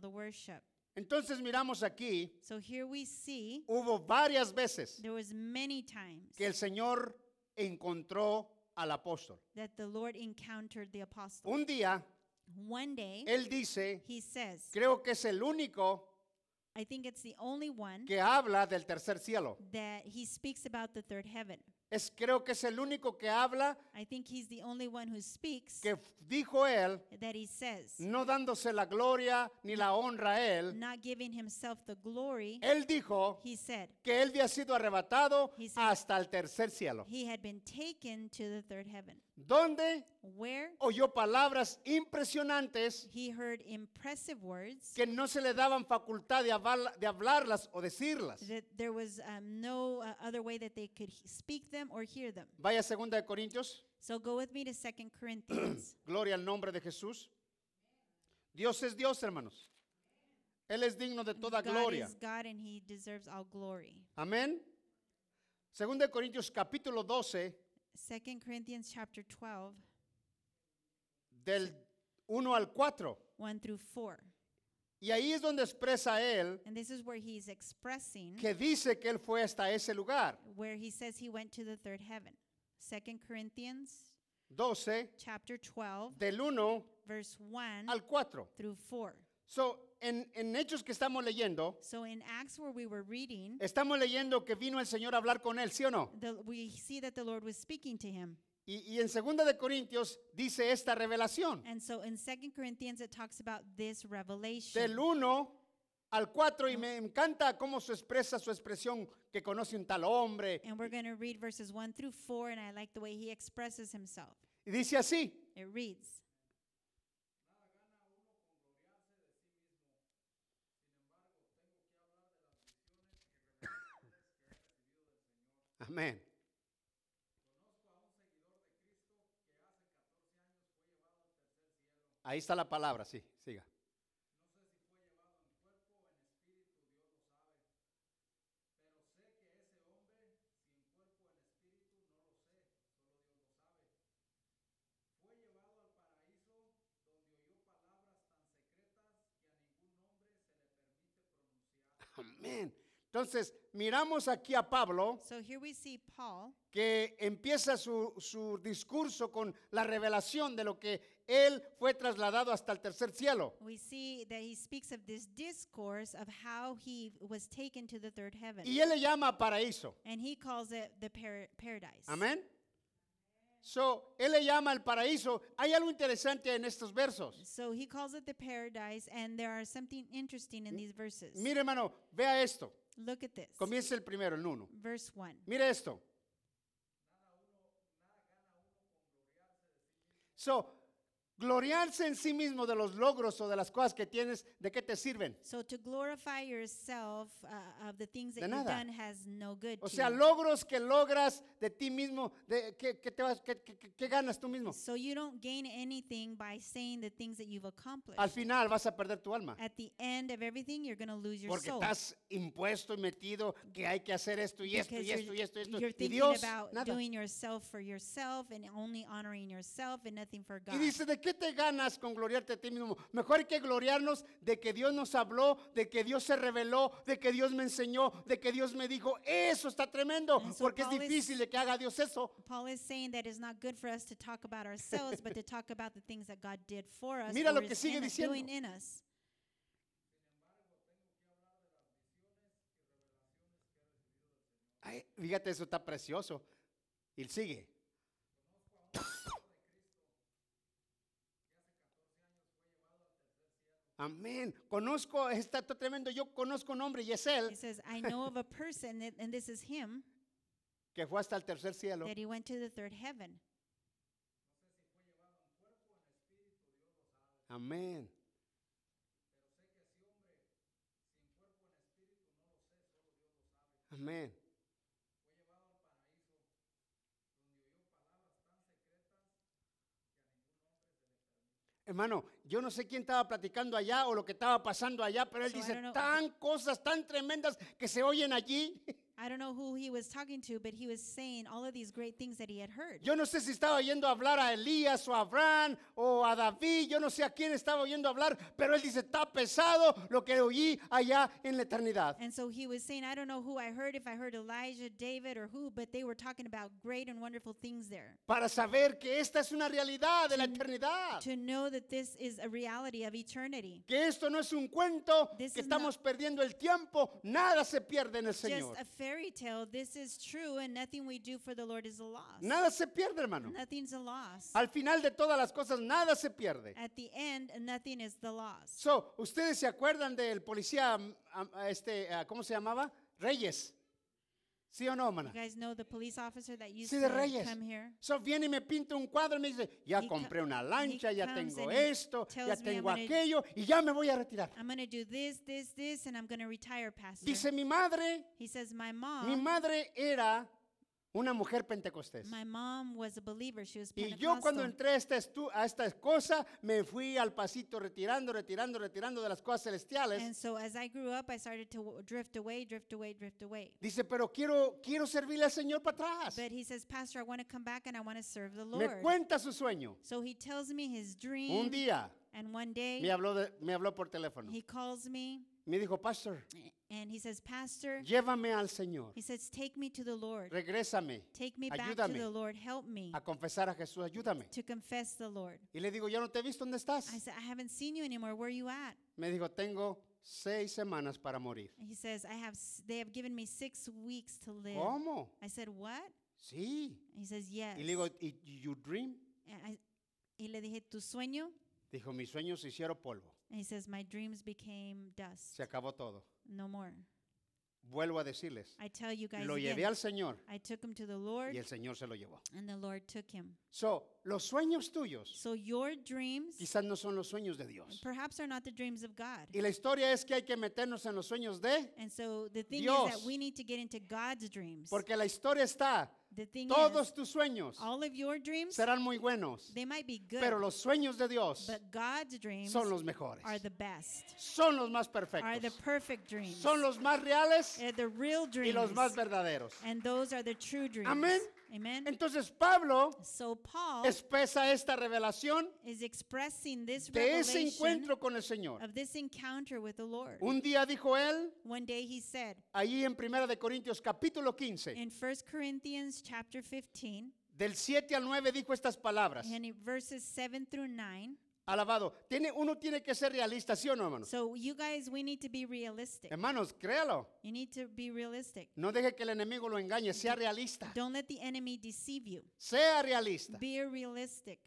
Speaker 1: adoración.
Speaker 2: the worship.
Speaker 1: Entonces, miramos aquí,
Speaker 2: So here we see
Speaker 1: hubo varias veces
Speaker 2: there was many times
Speaker 1: que el Señor encontró al apóstol.
Speaker 2: that the Lord encountered the apostle.
Speaker 1: Un día,
Speaker 2: One day
Speaker 1: Oh. Él dice,
Speaker 2: he says,
Speaker 1: creo que es el único
Speaker 2: I think it's the only one
Speaker 1: que habla del tercer cielo.
Speaker 2: that he speaks about the third heaven.
Speaker 1: Es creo que es el único que habla
Speaker 2: I think he's the only one who speaks
Speaker 1: que f- dijo él,
Speaker 2: that he says,
Speaker 1: no dándose la gloria ni la honra a él.
Speaker 2: not giving himself the glory.
Speaker 1: Él dijo
Speaker 2: He said
Speaker 1: que él había sido arrebatado
Speaker 2: He said-
Speaker 1: hasta el tercer cielo,
Speaker 2: he had been taken to the third heaven,
Speaker 1: donde
Speaker 2: where
Speaker 1: oyó palabras impresionantes
Speaker 2: he heard impressive words
Speaker 1: que no se le daban facultad de, hablar- de hablarlas o decirlas.
Speaker 2: that there was um, no uh, other way that they could he- speak them or hear them.
Speaker 1: Vaya segunda de Corintios.
Speaker 2: So go with me to Second Corinthians.
Speaker 1: Gloria al nombre de Jesús. Dios es Dios, hermanos. Él es digno de toda
Speaker 2: God
Speaker 1: gloria.
Speaker 2: is God and he deserves all glory.
Speaker 1: Amén. Segunda de Corintios capítulo 12
Speaker 2: Second Corinthians chapter 12,
Speaker 1: del 1 al 4.
Speaker 2: 1 through 4.
Speaker 1: Y ahí es donde expresa él
Speaker 2: And this is where he's expressing
Speaker 1: que dice que él fue hasta ese lugar.
Speaker 2: where he says he went to the third heaven. Second Corinthians
Speaker 1: 12
Speaker 2: chapter 12,
Speaker 1: del 1
Speaker 2: verse 1
Speaker 1: al 4.
Speaker 2: through 4.
Speaker 1: So, en, en hechos que estamos leyendo,
Speaker 2: So in Acts where we were reading,
Speaker 1: estamos leyendo que vino el Señor a hablar con él, ¿sí o no?
Speaker 2: the, we see that the Lord was speaking to him.
Speaker 1: Y, y en segunda de Corintios dice esta revelación.
Speaker 2: And so in Second Corinthians it talks about this
Speaker 1: del
Speaker 2: revelation.
Speaker 1: 1 al 4 y me encanta cómo se expresa su expresión que conoce un tal hombre.
Speaker 2: And we're going to read verses 1 through 4 and I like the way he expresses himself.
Speaker 1: Y dice así,
Speaker 2: It reads,
Speaker 1: amén. Ahí está la palabra, sí, siga. Amén. Entonces, miramos aquí a Pablo
Speaker 2: So here we see Paul
Speaker 1: que empieza su, su discurso con la revelación de lo que él fue trasladado hasta el tercer cielo.
Speaker 2: We see that he speaks of this discourse of how he was taken to the third heaven.
Speaker 1: Y él le llama paraíso.
Speaker 2: And he calls it the para- paradise.
Speaker 1: Amén. So, él le llama el paraíso. Hay algo interesante en estos versos.
Speaker 2: So he calls it the paradise, and there are something interesting in these verses.
Speaker 1: Mire, hermano, vea esto.
Speaker 2: Look at this.
Speaker 1: Comienza el primero, el uno.
Speaker 2: Verse 1.
Speaker 1: Mire esto. So, gloriarse en sí mismo de los logros o de las cosas que tienes, ¿de qué te sirven?
Speaker 2: So to glorify yourself uh, of the things
Speaker 1: De
Speaker 2: that you've
Speaker 1: nada.
Speaker 2: done has no good
Speaker 1: O
Speaker 2: to
Speaker 1: sea,
Speaker 2: you.
Speaker 1: logros que logras de ti mismo, de, ¿qué, qué te vas- qué- qué- qué- qué ganas tú mismo?
Speaker 2: So you don't gain anything by saying the things that you've accomplished.
Speaker 1: Al final vas a perder tu alma.
Speaker 2: At the end of everything, you're going to lose your
Speaker 1: Porque
Speaker 2: soul.
Speaker 1: estás impuesto y metido que hay que hacer esto y esto
Speaker 2: because
Speaker 1: y esto y esto y esto.
Speaker 2: you're
Speaker 1: Y
Speaker 2: thinking
Speaker 1: Dios,
Speaker 2: about
Speaker 1: nada.
Speaker 2: doing yourself for yourself and only honoring yourself and nothing for God.
Speaker 1: Y dice, ¿de qué te ganas con gloriarte a ti mismo? Mejor hay que gloriarnos de que Dios nos habló, de que Dios se reveló, de que Dios me enseñó, de que Dios me dijo, eso está tremendo,
Speaker 2: And so
Speaker 1: porque es
Speaker 2: Paul is-
Speaker 1: difícil de que haga Dios eso.
Speaker 2: Paul is saying that it's not good for us to talk about ourselves, but to talk about the things that God did for us
Speaker 1: Mira
Speaker 2: or
Speaker 1: lo que
Speaker 2: is
Speaker 1: sigue
Speaker 2: in us- doing
Speaker 1: diciendo.
Speaker 2: in us.
Speaker 1: Ay, fíjate, eso está precioso. Y sigue. Amén. Conozco, está todo tremendo. Yo conozco un hombre y es
Speaker 2: He
Speaker 1: él
Speaker 2: says, I know of a person, that, and this is him,
Speaker 1: que fue hasta el tercer cielo.
Speaker 2: that he went to the third heaven.
Speaker 1: Amén. Amén. Hermano, yo no sé quién estaba platicando allá o lo que estaba pasando allá, pero él
Speaker 2: So I
Speaker 1: dice
Speaker 2: don't know-
Speaker 1: tan cosas tan tremendas que se oyen allí.
Speaker 2: I don't know who he was talking to, but he was saying all of these great things that he had heard.
Speaker 1: Yo no sé si estaba oyendo hablar a Elías o a Abraham o a David, yo no sé a quién estaba oyendo hablar, pero él dice, está pesado lo que oí allá en la eternidad.
Speaker 2: And so he was saying, I don't know who I heard, if I heard Elijah, David, or who, but they were talking about great and wonderful things there.
Speaker 1: Para saber que esta es una realidad de la eternidad,
Speaker 2: To know that this is a reality of eternity.
Speaker 1: que esto no es un cuento,
Speaker 2: This
Speaker 1: que
Speaker 2: is not-
Speaker 1: estamos perdiendo el tiempo, nada se pierde en el
Speaker 2: Just
Speaker 1: Señor.
Speaker 2: a fairy tale. This is true, and nothing we do for the Lord is a loss.
Speaker 1: Nada se pierde, hermano.
Speaker 2: Nothing's a loss.
Speaker 1: Al final de todas las cosas, nada se pierde.
Speaker 2: At the end, nothing is the loss.
Speaker 1: So, ¿ustedes se acuerdan del policía, mm, am- a este, ah, ¿cómo se llamaba? Reyes. ¿Sí o no,
Speaker 2: You
Speaker 1: hermana?
Speaker 2: guys know the police officer that used
Speaker 1: Sí, de
Speaker 2: to
Speaker 1: Reyes.
Speaker 2: come here.
Speaker 1: So viene y me pinta un cuadro y me dice, ya
Speaker 2: He co-
Speaker 1: compré una lancha, ya
Speaker 2: comes
Speaker 1: tengo
Speaker 2: and he
Speaker 1: esto, ya
Speaker 2: tells me Ah, I'm
Speaker 1: tengo
Speaker 2: gonna-
Speaker 1: aquello y ya me voy a retirar.
Speaker 2: I'm gonna do this, this, this, and I'm gonna retire, Pastor.
Speaker 1: Dice mi madre,
Speaker 2: he says, My
Speaker 1: mi
Speaker 2: mom,
Speaker 1: madre era una mujer pentecostés.
Speaker 2: my mom was a believer. She was
Speaker 1: Y yo cuando
Speaker 2: Pentecostal.
Speaker 1: entré a esta, estu- a esta cosa, me fui al pasito retirando, retirando, retirando de las cosas celestiales.
Speaker 2: And so as I grew up, I started to w- drift away, drift away, drift away.
Speaker 1: Dice, pero quiero, quiero servirle al Señor para atrás.
Speaker 2: But he says, Pastor, I want to come back and I want to serve the
Speaker 1: Me
Speaker 2: Lord.
Speaker 1: cuenta su sueño.
Speaker 2: So he tells me his
Speaker 1: Un
Speaker 2: dream.
Speaker 1: día
Speaker 2: And one day,
Speaker 1: me habló, de- me habló por teléfono.
Speaker 2: he calls me
Speaker 1: Me dijo, Pastor,
Speaker 2: and he says, Pastor,
Speaker 1: llévame al Señor.
Speaker 2: he says, Take me to the Lord.
Speaker 1: Regrésame
Speaker 2: Take me back to
Speaker 1: ayúdame
Speaker 2: the Lord. Help me
Speaker 1: a confesar a Jesús. Ayúdame.
Speaker 2: to confess the Lord.
Speaker 1: Y le digo, yo no te he visto. ¿Dónde
Speaker 2: I
Speaker 1: estás?
Speaker 2: said, I haven't seen you anymore. Where are you at?
Speaker 1: Me dijo, tengo seis semanas para morir.
Speaker 2: And he says, I have s- they have given me six weeks to live.
Speaker 1: ¿Cómo?
Speaker 2: I said, What?
Speaker 1: Sí.
Speaker 2: And he says, Yes.
Speaker 1: Y le digo, ¿y you dream?
Speaker 2: And I, y le dije, ¿Tu sueño?
Speaker 1: Dijo, mis sueños se hicieron polvo.
Speaker 2: And he says, My dreams became dust.
Speaker 1: Se acabó todo.
Speaker 2: No more.
Speaker 1: Vuelvo a decirles,
Speaker 2: I tell you guys,
Speaker 1: lo
Speaker 2: again,
Speaker 1: llevé al Señor
Speaker 2: I took him to the Lord,
Speaker 1: y el Señor se lo llevó.
Speaker 2: and the Lord took him.
Speaker 1: So, los sueños tuyos
Speaker 2: So your dreams
Speaker 1: quizás no son los sueños de Dios.
Speaker 2: perhaps are not the dreams of God.
Speaker 1: Y la historia es que hay que meternos en los sueños de,
Speaker 2: And so the thing is
Speaker 1: Dios.
Speaker 2: that we need to get into God's dreams.
Speaker 1: porque la historia está,
Speaker 2: the thing
Speaker 1: todos
Speaker 2: is,
Speaker 1: tus sueños
Speaker 2: all of your dreams,
Speaker 1: serán muy buenos,
Speaker 2: they might be good,
Speaker 1: pero los sueños de Dios
Speaker 2: but God's dreams
Speaker 1: son los mejores,
Speaker 2: are the best,
Speaker 1: son los más
Speaker 2: are the
Speaker 1: perfectos,
Speaker 2: perfect dreams,
Speaker 1: son los más reales
Speaker 2: are the real
Speaker 1: y
Speaker 2: dreams,
Speaker 1: los más verdaderos.
Speaker 2: and those are the true dreams.
Speaker 1: Amén.
Speaker 2: Amen.
Speaker 1: Entonces Pablo
Speaker 2: so Paul
Speaker 1: expresa esta revelación
Speaker 2: is expressing this
Speaker 1: de ese
Speaker 2: revelation
Speaker 1: encuentro con el Señor.
Speaker 2: of this encounter with the Lord.
Speaker 1: Un día dijo él,
Speaker 2: One day he said,
Speaker 1: allí en Primera de Corintios capítulo 15,
Speaker 2: In 1 Corinthians chapter 15,
Speaker 1: del 7 al 9 dijo estas palabras.
Speaker 2: and in verses 7 through 9.
Speaker 1: Alabado. Tiene, uno tiene que ser realista, ¿sí o no, hermanos?
Speaker 2: So, you guys, we need to be realistic.
Speaker 1: Hermanos, créalo.
Speaker 2: You need to be realistic.
Speaker 1: No deje que el enemigo lo engañe. Sea realista.
Speaker 2: Don't let the enemy deceive you.
Speaker 1: Sea realista.
Speaker 2: Be realistic.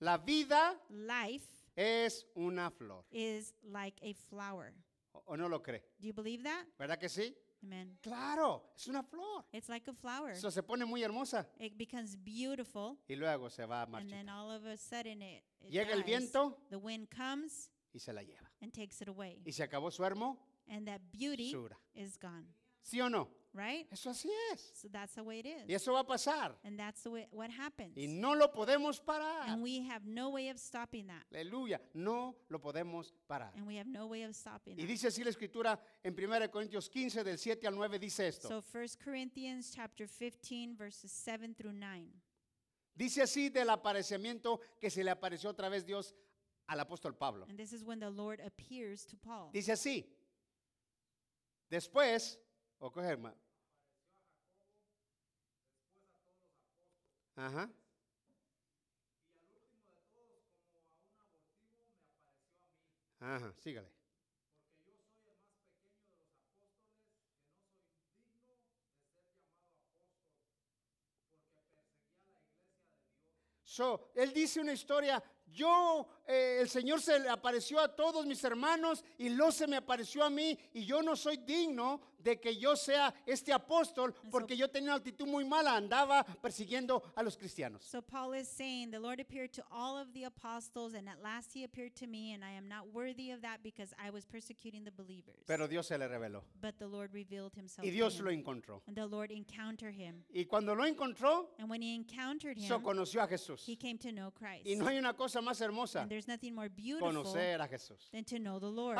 Speaker 1: La vida
Speaker 2: Life
Speaker 1: es una flor.
Speaker 2: is like a flower.
Speaker 1: ¿O, o no lo cree?
Speaker 2: Do you believe that?
Speaker 1: ¿Verdad que sí?
Speaker 2: Amen.
Speaker 1: Claro, es una flor.
Speaker 2: It's like a flower.
Speaker 1: Eso se pone muy hermosa
Speaker 2: It becomes beautiful,
Speaker 1: y luego se va a
Speaker 2: and
Speaker 1: marchitar
Speaker 2: then all of a sudden it, it
Speaker 1: Llega el
Speaker 2: dies.
Speaker 1: viento.
Speaker 2: The wind comes
Speaker 1: y se la lleva.
Speaker 2: and takes it away,
Speaker 1: Y se acabó su hermosura.
Speaker 2: and that beauty is gone.
Speaker 1: ¿Sí o no?
Speaker 2: Right?
Speaker 1: Eso así es.
Speaker 2: So that's the way it is.
Speaker 1: Y eso va a pasar.
Speaker 2: And that's the way what happens.
Speaker 1: Y no lo podemos parar.
Speaker 2: And we have no way of stopping that.
Speaker 1: Aleluya. No lo podemos parar.
Speaker 2: And we have no way of stopping
Speaker 1: Y
Speaker 2: that.
Speaker 1: dice así la escritura en 1 Corintios 15 del 7 al 9 dice esto.
Speaker 2: So 1 Corinthians chapter 15 verses 7 through 9.
Speaker 1: Dice así del aparecimiento que se le apareció otra vez Dios al apóstol Pablo.
Speaker 2: And this is when the Lord appears to Paul.
Speaker 1: Dice así. Después, o coge, hermano. Ajá. Ajá, sígale. So, él dice una historia, yo, eh, el Señor se le apareció a todos mis hermanos y luego se me apareció a mí y yo no soy digno de que yo sea este apóstol
Speaker 2: And so-
Speaker 1: porque yo tenía una actitud muy mala, andaba persiguiendo a los cristianos.
Speaker 2: So Paul is saying, the Lord appeared to all of the apostles and at last he appeared to me and I am not worthy of that because I was persecuting the believers.
Speaker 1: Pero Dios se le reveló
Speaker 2: but the Lord revealed himself
Speaker 1: y
Speaker 2: to
Speaker 1: Dios
Speaker 2: him.
Speaker 1: lo encontró.
Speaker 2: and the Lord encountered him.
Speaker 1: Y cuando lo encontró,
Speaker 2: And when he encountered him,
Speaker 1: so conoció a Jesús.
Speaker 2: he came to know Christ.
Speaker 1: Y no hay una cosa más hermosa
Speaker 2: and there's nothing more beautiful
Speaker 1: conocer a Jesús.
Speaker 2: than to know the Lord,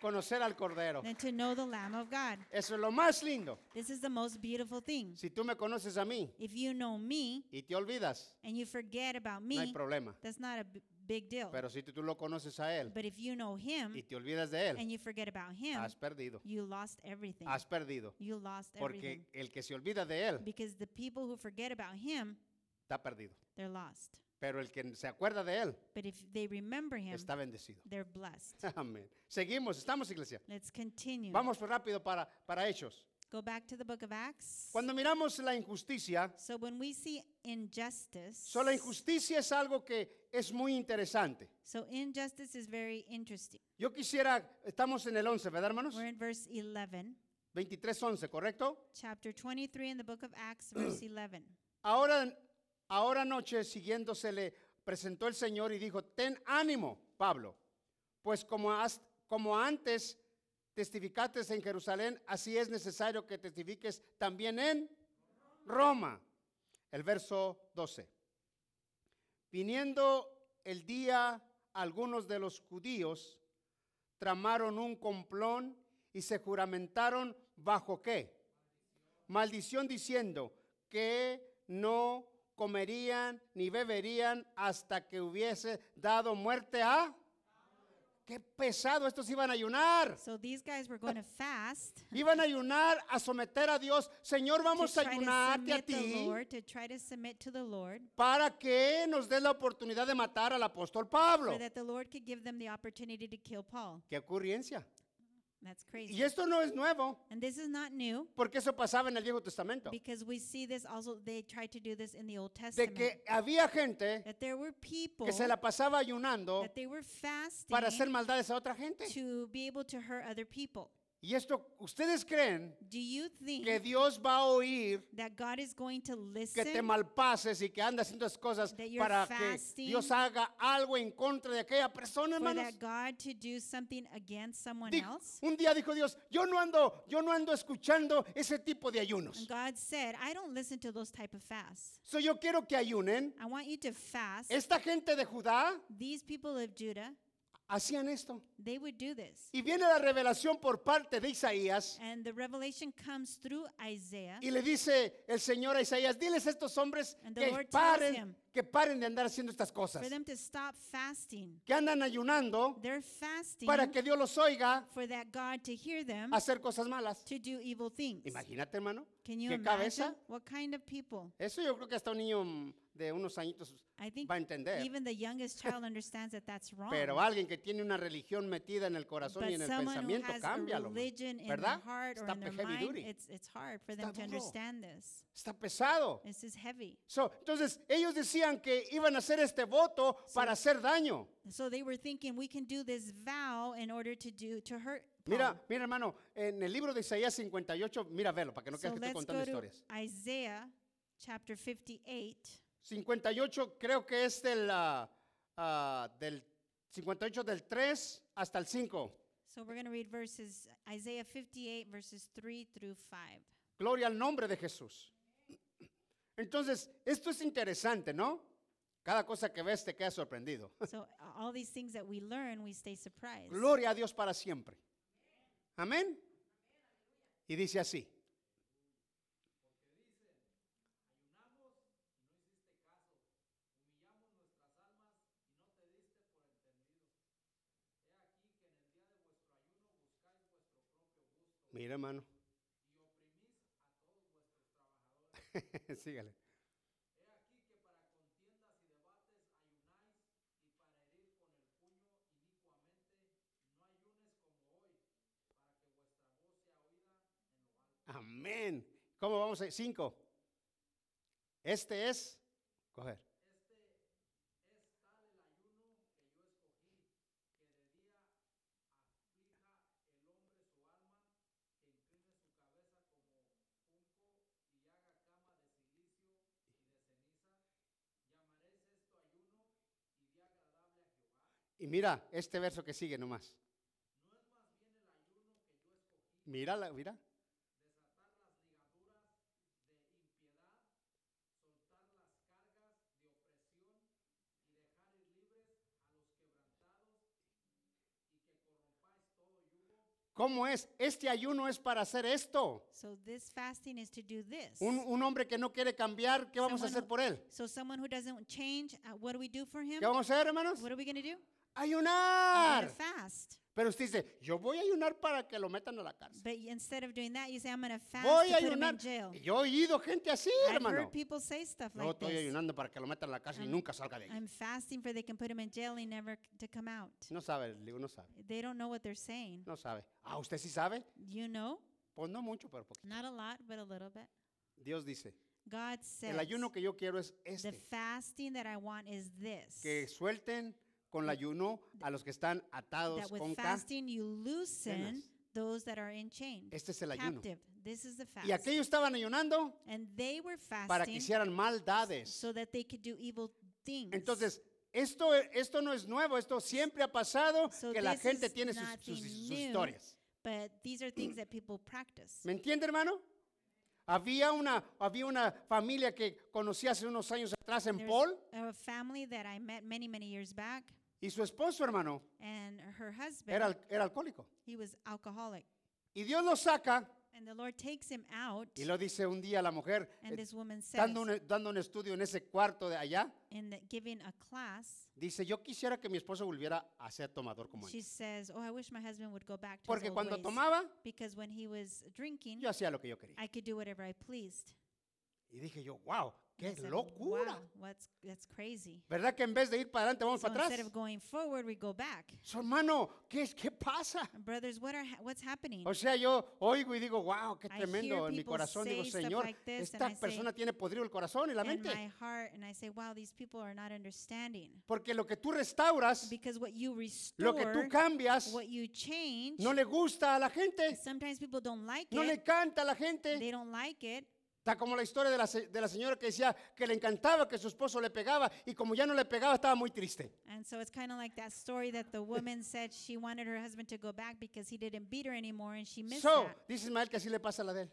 Speaker 1: conocer al Cordero.
Speaker 2: than to know the Lamb of God.
Speaker 1: Eso es lo más lindo.
Speaker 2: This is the most beautiful thing.
Speaker 1: Si tú me conoces a mí
Speaker 2: If you know me
Speaker 1: y te olvidas,
Speaker 2: and you forget about
Speaker 1: no hay
Speaker 2: me,
Speaker 1: problema.
Speaker 2: that's not a b- big deal.
Speaker 1: Pero si tú, tú lo conoces a Él
Speaker 2: But if you know him
Speaker 1: y te olvidas de Él,
Speaker 2: and you forget about him,
Speaker 1: has perdido.
Speaker 2: you lost everything.
Speaker 1: Has perdido.
Speaker 2: You lost everything.
Speaker 1: Porque el que se olvida de Él
Speaker 2: Because the people who forget about him,
Speaker 1: está perdido.
Speaker 2: they're lost.
Speaker 1: Pero el que se acuerda de Él
Speaker 2: But if they remember him,
Speaker 1: está bendecido.
Speaker 2: they're blessed.
Speaker 1: Amén. Seguimos, estamos iglesia.
Speaker 2: Let's continue.
Speaker 1: Vamos rápido para, para Hechos.
Speaker 2: Go back to the book of Acts.
Speaker 1: Cuando miramos la injusticia,
Speaker 2: So when we see injustice,
Speaker 1: so la injusticia es algo que es muy interesante.
Speaker 2: so injustice is very interesting.
Speaker 1: Yo quisiera, estamos en el 11, ¿verdad, hermanos?
Speaker 2: We're in verse 11,
Speaker 1: 23, 11, ¿correcto?
Speaker 2: chapter 23 in the book of Acts, verse 11.
Speaker 1: Ahora, ahora noche siguiendo se le presentó el Señor y dijo, ten ánimo, Pablo, pues como, has- como antes testificaste en Jerusalén, así es necesario que testifiques también en Roma. El verso 12. Viniendo el día, algunos de los judíos tramaron un complón y se juramentaron bajo qué? maldición diciendo que no comerían ni beberían hasta que hubiese dado muerte a... ¡Qué pesado! Estos iban a ayunar.
Speaker 2: So these guys were going to fast
Speaker 1: Iban a ayunar, a someter a Dios. Señor, vamos
Speaker 2: to
Speaker 1: a
Speaker 2: try to
Speaker 1: ayunarte a
Speaker 2: submit the
Speaker 1: ti
Speaker 2: Lord, to try to submit to the Lord,
Speaker 1: para que nos des la oportunidad de matar al apóstol Pablo.
Speaker 2: so that the Lord could give them the opportunity to kill Paul.
Speaker 1: ¡Qué ocurrencia!
Speaker 2: That's crazy.
Speaker 1: Y esto no es nuevo,
Speaker 2: And this is not new
Speaker 1: porque eso pasaba en el Viejo Testamento.
Speaker 2: because we see this also, they tried to do this in the Old
Speaker 1: De
Speaker 2: Testament.
Speaker 1: que había gente
Speaker 2: that there were people
Speaker 1: que se la pasaba ayunando
Speaker 2: that they were fasting
Speaker 1: para hacer maldades a otra gente.
Speaker 2: to be able to hurt other people.
Speaker 1: Y esto, ¿ustedes creen
Speaker 2: Do you think
Speaker 1: que Dios va a oír
Speaker 2: that God is going to
Speaker 1: que
Speaker 2: listen
Speaker 1: te malpases y que andas haciendo esas cosas
Speaker 2: That you're
Speaker 1: para que
Speaker 2: fasting?
Speaker 1: Dios haga algo en contra de aquella persona,
Speaker 2: for
Speaker 1: hermanos?
Speaker 2: that God to do something against someone
Speaker 1: Di-
Speaker 2: else?
Speaker 1: un día dijo Dios, yo no ando, yo no ando escuchando ese tipo de ayunos.
Speaker 2: And God said, I don't listen to those type of fasts.
Speaker 1: So yo quiero que ayunen.
Speaker 2: I want you to fast.
Speaker 1: Esta gente de Judá
Speaker 2: These people of Judah,
Speaker 1: hacían esto.
Speaker 2: they would do this.
Speaker 1: Y viene la revelación por parte de Isaías
Speaker 2: And the revelation comes through Isaiah.
Speaker 1: y le dice el Señor a Isaías, diles a estos hombres
Speaker 2: And the
Speaker 1: que
Speaker 2: Lord tells him.
Speaker 1: paren, que paren de andar haciendo estas cosas,
Speaker 2: for them to stop fasting.
Speaker 1: que andan ayunando
Speaker 2: They're fasting
Speaker 1: para que Dios los oiga
Speaker 2: for that God to hear them
Speaker 1: hacer cosas malas.
Speaker 2: to do evil things.
Speaker 1: Imagínate, hermano.
Speaker 2: Can you
Speaker 1: ¿Qué cabeza?
Speaker 2: imagine what kind of people?
Speaker 1: Eso yo creo que hasta un niño mm, de unos añitos
Speaker 2: I think
Speaker 1: va a entender.
Speaker 2: even the youngest child understands that that's wrong.
Speaker 1: Pero alguien que tiene una religión metida en el corazón
Speaker 2: but
Speaker 1: y en el
Speaker 2: someone who
Speaker 1: pensamiento,
Speaker 2: has a
Speaker 1: cámbialo. man.
Speaker 2: religion in their
Speaker 1: ¿Verdad?
Speaker 2: heart or
Speaker 1: Está
Speaker 2: in their
Speaker 1: heavy
Speaker 2: mind,
Speaker 1: duty.
Speaker 2: it's, it's hard for them
Speaker 1: Está
Speaker 2: to
Speaker 1: duro.
Speaker 2: understand this.
Speaker 1: Está pesado.
Speaker 2: This is heavy.
Speaker 1: So, entonces, ellos decían que iban a hacer este voto para hacer daño.
Speaker 2: So they were thinking we can do this vow in order to do to hurt. Paul.
Speaker 1: Mira, mira, hermano, en el libro de Isaías 58, mira, velo, para que no
Speaker 2: so
Speaker 1: creas que estoy
Speaker 2: let's
Speaker 1: contando
Speaker 2: go to
Speaker 1: historias.
Speaker 2: Isaiah chapter 58.
Speaker 1: 58 creo que es del, ah, ah, del 58 del 3 hasta el 5.
Speaker 2: So we're going to read verses Isaiah 58 verses 3 through 5.
Speaker 1: Gloria al nombre de Jesús. Entonces, esto es interesante, ¿no? Cada cosa que ves te queda sorprendido.
Speaker 2: so a- all these things that we learn, we stay surprised.
Speaker 1: Gloria a Dios para siempre. Amén. Y dice así. Mira, hermano. Sígale. Amén. ¿Cómo vamos a cinco? Este es coger. Y mira este verso que sigue nomás. Mira, la- mira. ¿Cómo es? Este ayuno es para hacer esto.
Speaker 2: So this fasting is to do this.
Speaker 1: Un, un hombre que no quiere cambiar, ¿qué vamos a
Speaker 2: Someone
Speaker 1: hacer por él?
Speaker 2: so someone who doesn't change, uh, what do we do for him?
Speaker 1: ¿Qué vamos a hacer, hermanos?
Speaker 2: What are we going to do? We're
Speaker 1: Ayunar.
Speaker 2: gonna fast.
Speaker 1: Pero usted dice, yo voy a ayunar para que lo metan a la cárcel.
Speaker 2: But y- instead of doing that, you say, I'm going to fast
Speaker 1: Voy
Speaker 2: to
Speaker 1: a
Speaker 2: put him
Speaker 1: ayunar.
Speaker 2: in jail.
Speaker 1: Yo he oído gente así,
Speaker 2: I've
Speaker 1: hermano.
Speaker 2: heard people say stuff
Speaker 1: No
Speaker 2: like
Speaker 1: estoy
Speaker 2: this.
Speaker 1: ayunando para que lo metan a la cárcel y
Speaker 2: I'm-
Speaker 1: nunca salga de ahí.
Speaker 2: I'm fasting for they can put him in jail and never c- to come out.
Speaker 1: No sabe, le digo, no sabe.
Speaker 2: They don't know what they're saying.
Speaker 1: No sabe. Ah, ¿usted sí sabe?
Speaker 2: You know?
Speaker 1: Pues no mucho, pero poquito.
Speaker 2: Not a lot, but a little bit.
Speaker 1: Dios dice,
Speaker 2: God says,
Speaker 1: el ayuno que yo quiero es
Speaker 2: the
Speaker 1: este,
Speaker 2: fasting that I want is this.
Speaker 1: que suelten con el ayuno a los que están atados
Speaker 2: that with
Speaker 1: con ca-
Speaker 2: fasting you loosen
Speaker 1: cadenas.
Speaker 2: those that are in chains.
Speaker 1: Este es el ayuno.
Speaker 2: Captive. This is the fast.
Speaker 1: Y aquellos estaban ayunando
Speaker 2: and they were
Speaker 1: para que
Speaker 2: fasting
Speaker 1: hicieran maldades.
Speaker 2: so that they could do evil things.
Speaker 1: Entonces, esto, esto no es nuevo, esto siempre ha pasado,
Speaker 2: So
Speaker 1: que la
Speaker 2: this
Speaker 1: gente
Speaker 2: is
Speaker 1: tiene sus,
Speaker 2: nothing
Speaker 1: sus- sus
Speaker 2: new.
Speaker 1: historias.
Speaker 2: but these are things that people practice.
Speaker 1: ¿Me entiende, hermano? Había una, había una familia que conocí hace unos años atrás en
Speaker 2: There's
Speaker 1: Paul
Speaker 2: a family that I met many, many years back,
Speaker 1: y su esposo, hermano,
Speaker 2: and her husband,
Speaker 1: era, al- era alcohólico.
Speaker 2: he was alcoholic.
Speaker 1: Y Dios lo saca
Speaker 2: And the Lord takes him out,
Speaker 1: y lo dice un día la mujer,
Speaker 2: and
Speaker 1: eh,
Speaker 2: this woman says,
Speaker 1: dando un, dando un estudio en ese cuarto de allá,
Speaker 2: in the, giving a class,
Speaker 1: dice, yo quisiera que mi esposo volviera a ser tomador como
Speaker 2: she
Speaker 1: antes.
Speaker 2: says, oh, I wish my husband would go back to his
Speaker 1: Porque
Speaker 2: old
Speaker 1: cuando
Speaker 2: ways."
Speaker 1: tomaba,
Speaker 2: because when he was drinking,
Speaker 1: yo hacía lo que yo quería.
Speaker 2: I could do whatever I pleased.
Speaker 1: Y dije yo, wow,
Speaker 2: And I
Speaker 1: qué
Speaker 2: said,
Speaker 1: locura.
Speaker 2: "Wow, what's, that's crazy.
Speaker 1: ¿Verdad que en vez de ir para adelante vamos
Speaker 2: So
Speaker 1: para
Speaker 2: instead
Speaker 1: atrás?
Speaker 2: of going forward, we go back.
Speaker 1: So, hermano, ¿qué, es- ¿qué pasa?
Speaker 2: And brothers, what are ha- what's happening?
Speaker 1: O sea, yo oigo y digo, wow, qué
Speaker 2: I hear
Speaker 1: tremendo. En mi
Speaker 2: people
Speaker 1: corazón digo,
Speaker 2: say stuff
Speaker 1: Señor,
Speaker 2: like this, and
Speaker 1: esta
Speaker 2: I say,
Speaker 1: persona tiene podrido el corazón y la
Speaker 2: In
Speaker 1: mente.
Speaker 2: my heart, and I say, wow, these people are not understanding.
Speaker 1: Porque lo que tú restauras,
Speaker 2: Because what you
Speaker 1: lo que tú
Speaker 2: restore,
Speaker 1: cambias,
Speaker 2: what you change,
Speaker 1: no le gusta a la gente,
Speaker 2: sometimes people don't like
Speaker 1: no le
Speaker 2: it.
Speaker 1: canta a la gente.
Speaker 2: They don't like it.
Speaker 1: Está como la historia de la, se- de la señora que decía que le encantaba que su esposo le pegaba y como ya no le pegaba estaba muy triste.
Speaker 2: And so it's kind of like that story that the woman said she wanted her husband to go back because he didn't beat her anymore and she missed
Speaker 1: So,
Speaker 2: that.
Speaker 1: dice Ismael que así le pasa a la de él.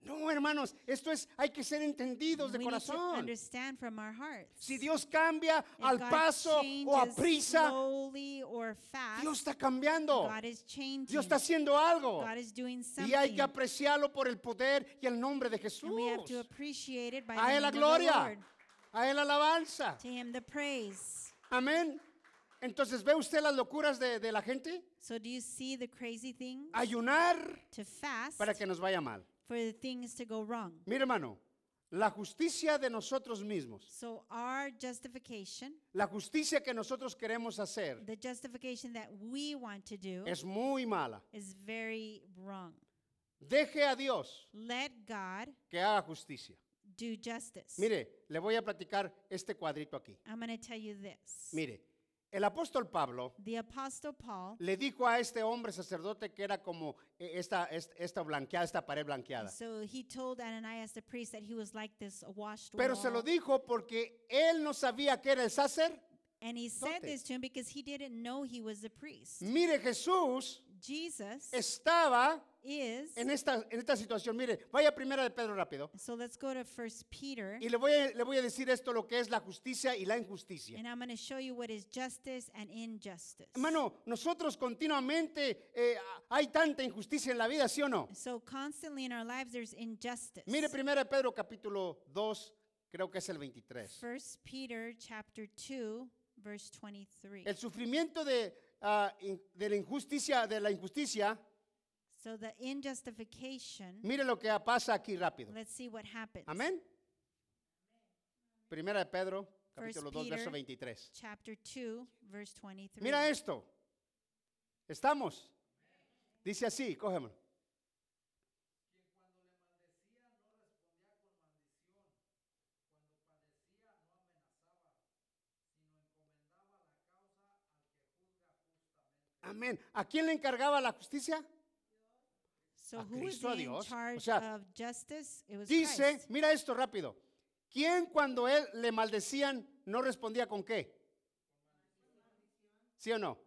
Speaker 1: no, hermanos, esto es, hay que ser entendidos de
Speaker 2: we need to
Speaker 1: corazón.
Speaker 2: understand from our hearts.
Speaker 1: Si Dios cambia
Speaker 2: If
Speaker 1: al
Speaker 2: God
Speaker 1: paso o a
Speaker 2: changes
Speaker 1: prisa,
Speaker 2: slowly or fast,
Speaker 1: Dios está cambiando.
Speaker 2: God is changing.
Speaker 1: Dios está haciendo algo.
Speaker 2: God is doing something.
Speaker 1: Y hay que apreciarlo por el poder y el nombre de Jesús.
Speaker 2: and we have to appreciate it by
Speaker 1: A
Speaker 2: the
Speaker 1: Él la
Speaker 2: name of the
Speaker 1: gloria.
Speaker 2: Lord.
Speaker 1: A Él la alabanza.
Speaker 2: To him the praise.
Speaker 1: Amén. Entonces, ¿ve usted las locuras de, de la gente?
Speaker 2: So do you see the crazy thing?
Speaker 1: Ayunar
Speaker 2: To fast
Speaker 1: para que nos vaya mal.
Speaker 2: for the things to go wrong.
Speaker 1: Mire, hermano, la justicia de nosotros mismos
Speaker 2: So our justification,
Speaker 1: La justicia que nosotros queremos hacer
Speaker 2: the justification that we want to do,
Speaker 1: es muy mala.
Speaker 2: is very wrong.
Speaker 1: Deje a Dios
Speaker 2: Let God
Speaker 1: que haga justicia.
Speaker 2: do justice.
Speaker 1: Mire, le voy a platicar este cuadrito aquí.
Speaker 2: I'm going to tell you this.
Speaker 1: Mire, el apóstol Pablo
Speaker 2: The Apostle Paul,
Speaker 1: le dijo a este hombre sacerdote que era como eh, esta, est- esta blanqueada, esta pared blanqueada.
Speaker 2: so he told Ananias the priest that he was like this washed
Speaker 1: Pero
Speaker 2: wall.
Speaker 1: se lo dijo porque él no sabía que era el sacer.
Speaker 2: and he said
Speaker 1: dote.
Speaker 2: this to him because he didn't know he was a priest.
Speaker 1: Mire, Jesús
Speaker 2: Jesus
Speaker 1: estaba
Speaker 2: is.
Speaker 1: en esta, en esta situación. Mire, vaya primera de Pedro rápido.
Speaker 2: So let's go to First Peter,
Speaker 1: Y le voy, a, le voy a decir esto, lo que es la justicia y la injusticia.
Speaker 2: and I'm going to show you what is justice and injustice.
Speaker 1: Hermano, nosotros continuamente eh, a- hay tanta injusticia en la vida, ¿sí o no?
Speaker 2: So constantly in our lives there's injustice.
Speaker 1: Mire 1 Pedro capítulo 2, creo que es el 23.
Speaker 2: First Peter chapter 2 verse 23.
Speaker 1: El sufrimiento de, ah, in- de la injusticia, de la injusticia,
Speaker 2: So the injustification,
Speaker 1: mire lo que pasa aquí rápido.
Speaker 2: let's see what happens.
Speaker 1: Amén. 1 Pedro
Speaker 2: First
Speaker 1: capítulo 2, verso
Speaker 2: Peter.
Speaker 1: 23.
Speaker 2: Chapter 2 verse 23.
Speaker 1: Mira esto. ¿Estamos? Dice así, cógemelo. Amén. ¿A quién le encargaba la justicia?
Speaker 2: so
Speaker 1: a
Speaker 2: who
Speaker 1: Ah,
Speaker 2: was
Speaker 1: Cristo, a
Speaker 2: in
Speaker 1: Dios. O
Speaker 2: charge
Speaker 1: sea,
Speaker 2: of justice? It was
Speaker 1: Dice,
Speaker 2: Christ.
Speaker 1: mira esto rápido. ¿Quién cuando él le maldecían no respondía con qué? ¿Sí o no?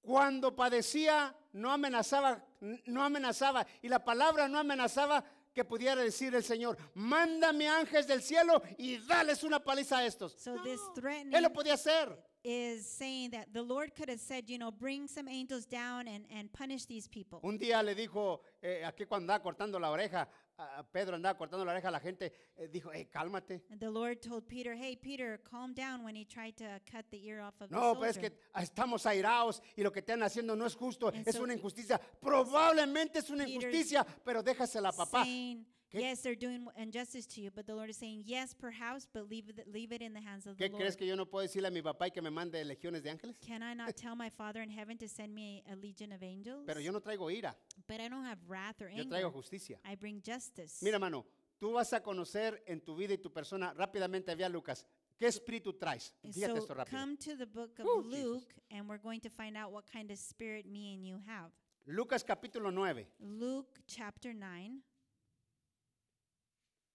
Speaker 1: Cuando padecía no amenazaba, no amenazaba y la palabra no amenazaba que pudiera decir el Señor, mándame ángeles del cielo y dales una paliza a estos.
Speaker 2: So this
Speaker 1: No, él
Speaker 2: threatening
Speaker 1: lo podía hacer.
Speaker 2: is saying that the Lord could have said, you know, bring some angels down and, and punish these people.
Speaker 1: Un día le dijo, eh, aquí cuando andaba cortando la oreja, a- a Pedro andaba cortando la oreja a la gente, eh, dijo, eh, cálmate.
Speaker 2: And the Lord told Peter, "Hey Peter, calm down when he tried to cut the ear off of the
Speaker 1: No,
Speaker 2: soldier."
Speaker 1: pero es que estamos airados y lo que están haciendo no es justo,
Speaker 2: And
Speaker 1: es
Speaker 2: so
Speaker 1: una injusticia. Probablemente es una
Speaker 2: Peter
Speaker 1: injusticia, pero déjasela a papá.
Speaker 2: saying,
Speaker 1: ¿Qué-
Speaker 2: Yes, they're doing injustice to you, but the Lord is saying, yes, perhaps, but leave it, leave it in the hands of the
Speaker 1: ¿Qué
Speaker 2: Lord.
Speaker 1: crees que yo no puedo decirle a mi papá y que me mande legiones de ángeles?
Speaker 2: Can I not tell my Father in heaven to send me a legion of angels?
Speaker 1: Pero yo no traigo ira,
Speaker 2: but I don't have wrath or
Speaker 1: yo
Speaker 2: anger.
Speaker 1: traigo justicia.
Speaker 2: I bring justice.
Speaker 1: Mira, mano, tú vas a conocer en tu vida y tu persona rápidamente, vea Lucas, ¿qué espíritu traes?
Speaker 2: And
Speaker 1: Fíjate
Speaker 2: so
Speaker 1: esto rápido.
Speaker 2: come to the book of
Speaker 1: Woo, Jesus.
Speaker 2: Luke, and we're going to find out what kind of spirit me and you have.
Speaker 1: Lucas capítulo 9.
Speaker 2: Luke chapter 9,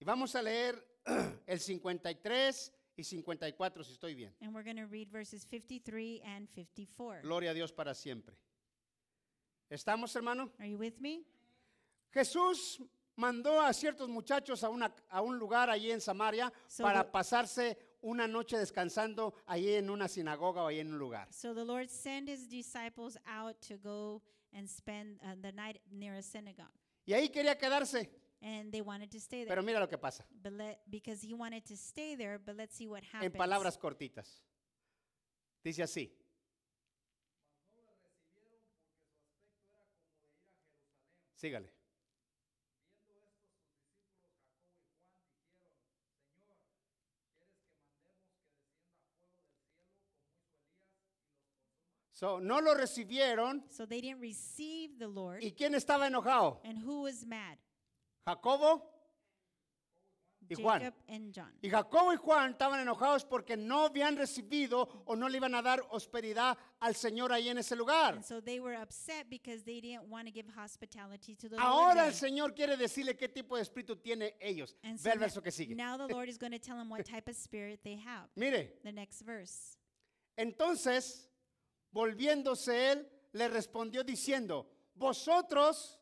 Speaker 1: Y vamos a leer el 53 y 54, si estoy bien.
Speaker 2: and we're going to read verses 53 and 54.
Speaker 1: Gloria a Dios para siempre. ¿Estamos, hermano?
Speaker 2: Are you with me?
Speaker 1: Jesús mandó a ciertos muchachos a, una- a un lugar allí en Samaria
Speaker 2: So
Speaker 1: para
Speaker 2: the-
Speaker 1: pasarse una noche descansando allí en una sinagoga o allí en un lugar.
Speaker 2: So the Lord sent his disciples out to go and spend uh, the night near a synagogue,
Speaker 1: Y ahí quería quedarse,
Speaker 2: and they wanted to stay there.
Speaker 1: pero mira lo que pasa,
Speaker 2: but let, because he wanted to stay there, but let's see what
Speaker 1: en
Speaker 2: happens.
Speaker 1: palabras cortitas. Dice así, sígale. So, no lo recibieron.
Speaker 2: so they didn't receive the Lord.
Speaker 1: ¿Y quién estaba enojado?
Speaker 2: and who was mad?
Speaker 1: Jacobo. Y Juan.
Speaker 2: Jacob and John.
Speaker 1: Y Jacobo y Juan estaban enojados porque no habían recibido o no le iban a dar prosperidad al Señor ahí en ese lugar.
Speaker 2: And so they were upset because they didn't want to give hospitality to the Lord.
Speaker 1: Ahora el
Speaker 2: there.
Speaker 1: Señor quiere decirle qué tipo de espíritu tiene ellos.
Speaker 2: And so
Speaker 1: Ve el
Speaker 2: na-
Speaker 1: verso que sigue.
Speaker 2: now the Lord is going to tell them what type of spirit they have.
Speaker 1: Mire,
Speaker 2: The next verse.
Speaker 1: entonces, volviéndose él, le respondió diciendo, vosotros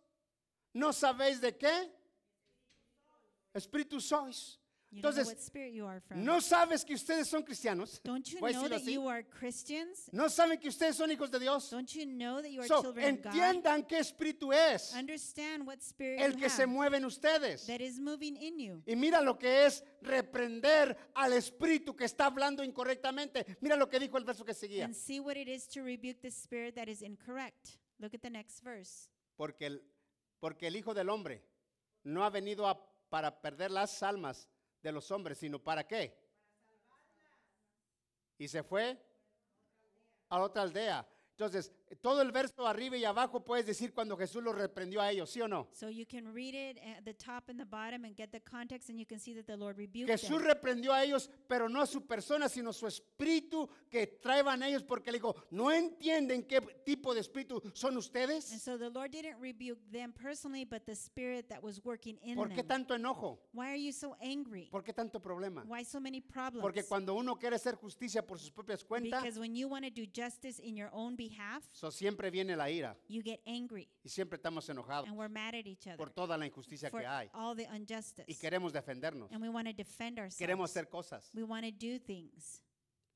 Speaker 1: no sabéis de qué espíritu sois.
Speaker 2: You don't know
Speaker 1: Entonces,
Speaker 2: what spirit you are from.
Speaker 1: ¿No sabes que ustedes son cristianos?
Speaker 2: don't you
Speaker 1: voy a
Speaker 2: know
Speaker 1: decirlo
Speaker 2: that
Speaker 1: así.
Speaker 2: you are Christians?
Speaker 1: ¿No saben que ustedes son hijos de Dios?
Speaker 2: Don't you know that you are
Speaker 1: So,
Speaker 2: children of God?
Speaker 1: entiendan qué espíritu es
Speaker 2: Understand what spirit
Speaker 1: el
Speaker 2: you
Speaker 1: que
Speaker 2: have
Speaker 1: se mueve en ustedes.
Speaker 2: that is moving in you.
Speaker 1: Y mira lo que es reprender al espíritu que está hablando incorrectamente. Mira lo que dijo el verso que seguía.
Speaker 2: And see what it is to rebuke the spirit that is incorrect. Look at the next verse.
Speaker 1: Porque el, porque el Hijo del Hombre no ha venido a- para perder las almas de los hombres, sino para qué. Y se fue a otra aldea. Entonces, todo el verso arriba y abajo puedes decir cuando Jesús los reprendió a ellos, ¿sí o no?
Speaker 2: So you can read it at the top and the bottom and get the context, and you can see that the Lord rebuked
Speaker 1: Jesús
Speaker 2: them.
Speaker 1: reprendió a ellos, pero no a su persona, sino su espíritu que traían ellos, porque le dijo, ¿no entienden qué tipo de espíritu son
Speaker 2: And
Speaker 1: ustedes?
Speaker 2: so the Lord didn't rebuke them personally, but the spirit that was working in
Speaker 1: ¿Por qué
Speaker 2: them.
Speaker 1: tanto enojo?
Speaker 2: Why are you so angry?
Speaker 1: ¿Por qué tanto problema?
Speaker 2: Why so many problems?
Speaker 1: Porque cuando uno quiere hacer justicia por sus propias cuentas,
Speaker 2: because when you want to do justice in your own behalf,
Speaker 1: so siempre viene la ira
Speaker 2: you get angry
Speaker 1: y siempre estamos enojados
Speaker 2: and we're mad at each other
Speaker 1: por toda la injusticia
Speaker 2: for
Speaker 1: que hay
Speaker 2: all the injustice.
Speaker 1: y queremos defendernos,
Speaker 2: and we want to defend ourselves.
Speaker 1: queremos hacer cosas.
Speaker 2: we want to do things.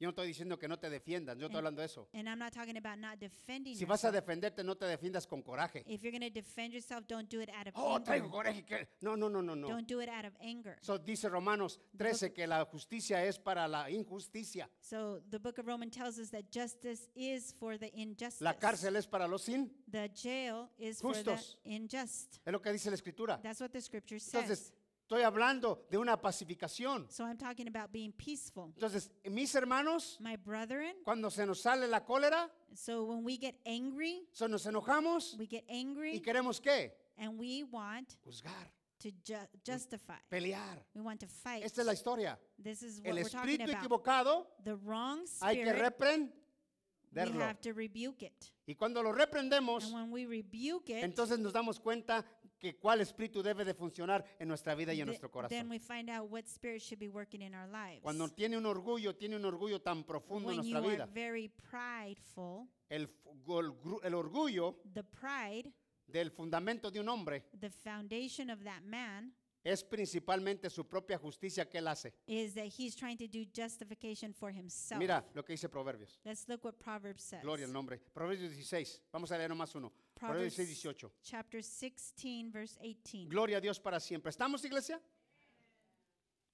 Speaker 1: Yo no estoy diciendo que no te defiendas, yo estoy hablando de eso.
Speaker 2: And I'm not talking about not defending
Speaker 1: Si vas a
Speaker 2: yourself.
Speaker 1: defenderte, no te defiendas con coraje.
Speaker 2: if you're going to defend yourself, don't do it out of
Speaker 1: Oh,
Speaker 2: anger.
Speaker 1: traigo coraje. que- No, no, no, no, no.
Speaker 2: Don't do it out of anger.
Speaker 1: So, dice Romanos 13 que la justicia es para la injusticia.
Speaker 2: So the book of Romans tells us that justice is for the injustice.
Speaker 1: La cárcel es para los sin.
Speaker 2: The jail is for the
Speaker 1: Justos.
Speaker 2: unjust.
Speaker 1: Es lo que dice la escritura.
Speaker 2: That's what the scripture says.
Speaker 1: Entonces, estoy hablando de una pacificación.
Speaker 2: So I'm talking about being peaceful.
Speaker 1: Entonces, mis hermanos,
Speaker 2: My brethren,
Speaker 1: cuando se nos sale la cólera,
Speaker 2: so when we get angry,
Speaker 1: so nos enojamos
Speaker 2: we get
Speaker 1: y
Speaker 2: angry
Speaker 1: queremos qué?
Speaker 2: and we want
Speaker 1: Juzgar,
Speaker 2: to ju- justify.
Speaker 1: pelear.
Speaker 2: We want to fight.
Speaker 1: Esta es la historia.
Speaker 2: This is what
Speaker 1: El
Speaker 2: we're talking
Speaker 1: espíritu
Speaker 2: about.
Speaker 1: equivocado
Speaker 2: The wrong
Speaker 1: hay que
Speaker 2: spirit,
Speaker 1: reprenderlo.
Speaker 2: we have to rebuke it.
Speaker 1: Y cuando lo reprendemos,
Speaker 2: And when we rebuke it,
Speaker 1: entonces nos damos cuenta que cuál espíritu debe de funcionar en nuestra vida y en
Speaker 2: Th-
Speaker 1: nuestro corazón.
Speaker 2: Then we find out what spirit should be working in our lives.
Speaker 1: Cuando tiene un orgullo, tiene un orgullo tan profundo en
Speaker 2: when you
Speaker 1: nuestra
Speaker 2: are
Speaker 1: vida.
Speaker 2: very prideful,
Speaker 1: El, fu- gol- gru- el orgullo
Speaker 2: the pride,
Speaker 1: del fundamento de un hombre
Speaker 2: the foundation of that man
Speaker 1: es principalmente su propia justicia que él hace.
Speaker 2: is that he's trying to do justification for himself.
Speaker 1: Mira lo que dice Proverbios.
Speaker 2: Let's look what Proverbs says.
Speaker 1: Gloria al nombre. Proverbios 16. Vamos a leer nomás uno. Proverbios 16, 18.
Speaker 2: chapter 16, verse 18.
Speaker 1: Gloria a Dios para siempre. ¿Estamos, iglesia?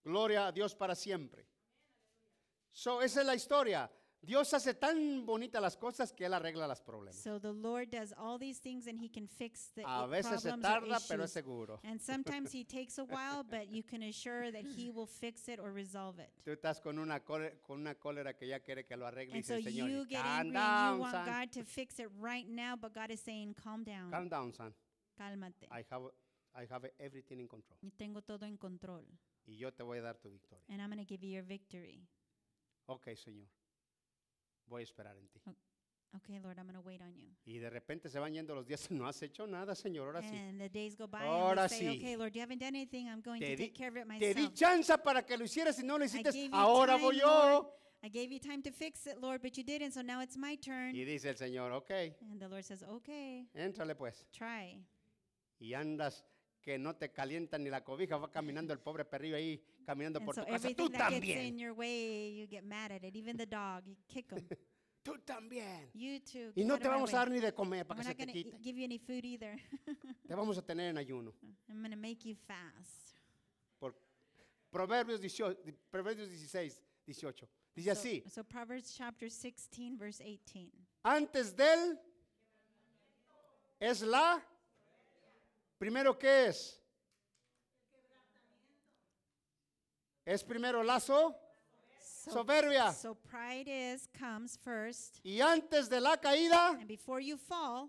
Speaker 1: Gloria a Dios para siempre. So, esa es la historia. Dios hace tan bonitas las cosas que Él arregla los problemas.
Speaker 2: So the Lord does all these things and He can fix the
Speaker 1: A
Speaker 2: i-
Speaker 1: veces se
Speaker 2: problems or
Speaker 1: tarda, pero es
Speaker 2: issues.
Speaker 1: seguro.
Speaker 2: And sometimes He takes a while, but you can assure that He will fix it or resolve it.
Speaker 1: Tú estás con una, cólera, con una cólera que ya quiere que lo arregle y
Speaker 2: And so
Speaker 1: dice, Señor,
Speaker 2: you get
Speaker 1: calm
Speaker 2: angry and you
Speaker 1: down,
Speaker 2: want
Speaker 1: son.
Speaker 2: God to fix it right now, but God is saying, calm
Speaker 1: Calm
Speaker 2: down,
Speaker 1: down, son.
Speaker 2: cálmate.
Speaker 1: I have, I have everything in control.
Speaker 2: Yo tengo todo en control,
Speaker 1: Y yo te voy a dar tu victoria.
Speaker 2: and I'm going to give you your victory.
Speaker 1: Ok, Señor. Voy a esperar en ti.
Speaker 2: Okay, Lord, I'm going to wait on you.
Speaker 1: Y de repente se van yendo los días. No has hecho nada, Señor. Ahora sí.
Speaker 2: And the days go by, and
Speaker 1: Ahora
Speaker 2: we say,
Speaker 1: sí.
Speaker 2: okay, Lord, you haven't done anything. I'm going
Speaker 1: Te
Speaker 2: to
Speaker 1: di-
Speaker 2: take care of it
Speaker 1: Te
Speaker 2: myself.
Speaker 1: di chance para que lo hicieras y no lo
Speaker 2: gave
Speaker 1: hiciste.
Speaker 2: you
Speaker 1: Ahora
Speaker 2: time,
Speaker 1: voy
Speaker 2: Lord.
Speaker 1: yo.
Speaker 2: I gave you time to fix it, Lord, but you didn't, so now it's my turn.
Speaker 1: Y dice el Señor, ok,
Speaker 2: And the Lord says, okay,
Speaker 1: éntrale pues.
Speaker 2: try.
Speaker 1: Y andas que no te calienta ni la cobija. Va caminando el pobre perrillo ahí, caminando
Speaker 2: And
Speaker 1: por
Speaker 2: so
Speaker 1: tu casa. Tú
Speaker 2: everything that gets
Speaker 1: también.
Speaker 2: in your way, you get mad at it. Even the dog, you kick him.
Speaker 1: Tú también.
Speaker 2: You too.
Speaker 1: Y
Speaker 2: get
Speaker 1: no
Speaker 2: out
Speaker 1: te
Speaker 2: of my
Speaker 1: vamos
Speaker 2: way.
Speaker 1: a dar ni de comer para
Speaker 2: We're
Speaker 1: que se
Speaker 2: not
Speaker 1: te
Speaker 2: going to
Speaker 1: quite.
Speaker 2: give you any food either.
Speaker 1: Te vamos a tener en ayuno.
Speaker 2: I'm going to make you fast.
Speaker 1: Por Proverbios 18, Proverbios 16, 18. Dice
Speaker 2: so,
Speaker 1: así,
Speaker 2: so Proverbs chapter 16, verse 18.
Speaker 1: antes del es la primero qué es? Es primero lazo
Speaker 2: So,
Speaker 1: soberbia
Speaker 2: so pride is comes first,
Speaker 1: y antes de la caída
Speaker 2: and before you fall,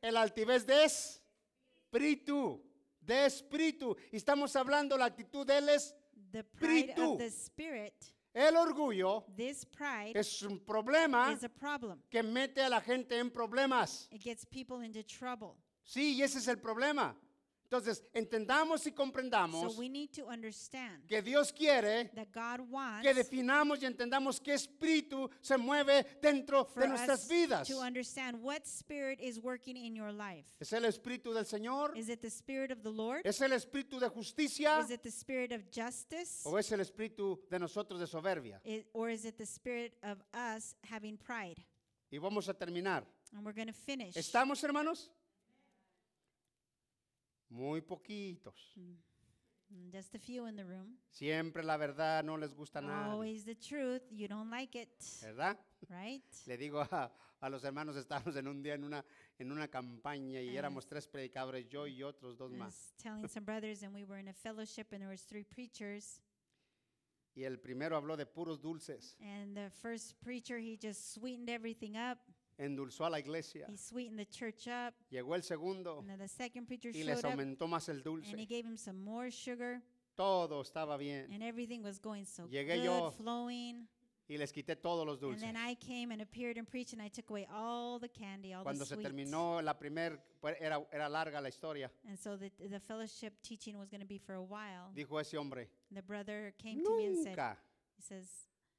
Speaker 1: el altivez de espíritu, de espíritu. Y estamos hablando la actitud del es
Speaker 2: the pride
Speaker 1: Espíritu.
Speaker 2: of the spirit,
Speaker 1: el orgullo
Speaker 2: this pride
Speaker 1: es un problema
Speaker 2: is a problem.
Speaker 1: que mete a la gente en problemas.
Speaker 2: It gets people into trouble.
Speaker 1: Sí, y ese es el problema. Entonces, entendamos y
Speaker 2: So
Speaker 1: comprendamos
Speaker 2: we need to understand
Speaker 1: que Dios quiere
Speaker 2: that God wants
Speaker 1: que definamos y entendamos qué espíritu se mueve dentro de
Speaker 2: for us
Speaker 1: nuestras vidas.
Speaker 2: to understand what spirit is working in your life.
Speaker 1: ¿Es el espíritu del Señor?
Speaker 2: Is it the spirit of the Lord?
Speaker 1: ¿Es el espíritu de justicia?
Speaker 2: Is it the spirit of justice?
Speaker 1: ¿O es el espíritu de nosotros de soberbia?
Speaker 2: I- or is it the spirit of us having pride?
Speaker 1: Y vamos a terminar.
Speaker 2: And we're going to finish.
Speaker 1: ¿Estamos, hermanos? Muy poquitos.
Speaker 2: Mm, Just a few in the room.
Speaker 1: Siempre la verdad no les gusta nada.
Speaker 2: Always the truth. You don't like it,
Speaker 1: ¿Verdad?
Speaker 2: right?
Speaker 1: Le digo a, a los hermanos, estábamos en un día en una, en una campaña y
Speaker 2: Ah.
Speaker 1: éramos tres predicadores, yo y otros dos
Speaker 2: I
Speaker 1: más.
Speaker 2: was telling some brothers, and we were in a fellowship, and there was three preachers.
Speaker 1: Y el primero habló de puros dulces,
Speaker 2: And the first preacher, he just sweetened everything up.
Speaker 1: endulzó a la iglesia.
Speaker 2: He sweetened the church up.
Speaker 1: Llegó el segundo
Speaker 2: And then the second preacher
Speaker 1: Oh. y les
Speaker 2: showed up,
Speaker 1: aumentó más el
Speaker 2: and he
Speaker 1: dulce.
Speaker 2: gave him some more sugar,
Speaker 1: Todo estaba bien
Speaker 2: and everything was going so
Speaker 1: Llegué
Speaker 2: good,
Speaker 1: yo.
Speaker 2: flowing.
Speaker 1: y les quité todos los
Speaker 2: And
Speaker 1: dulces.
Speaker 2: then I came and appeared and preached, and I took away all the candy, all
Speaker 1: Cuando
Speaker 2: the
Speaker 1: se
Speaker 2: sweets.
Speaker 1: terminó la primer, pues, era, era larga la historia,
Speaker 2: And so the, the fellowship teaching was going to be for a while.
Speaker 1: dijo ese hombre,
Speaker 2: The brother came to me and said,
Speaker 1: nunca,
Speaker 2: he says,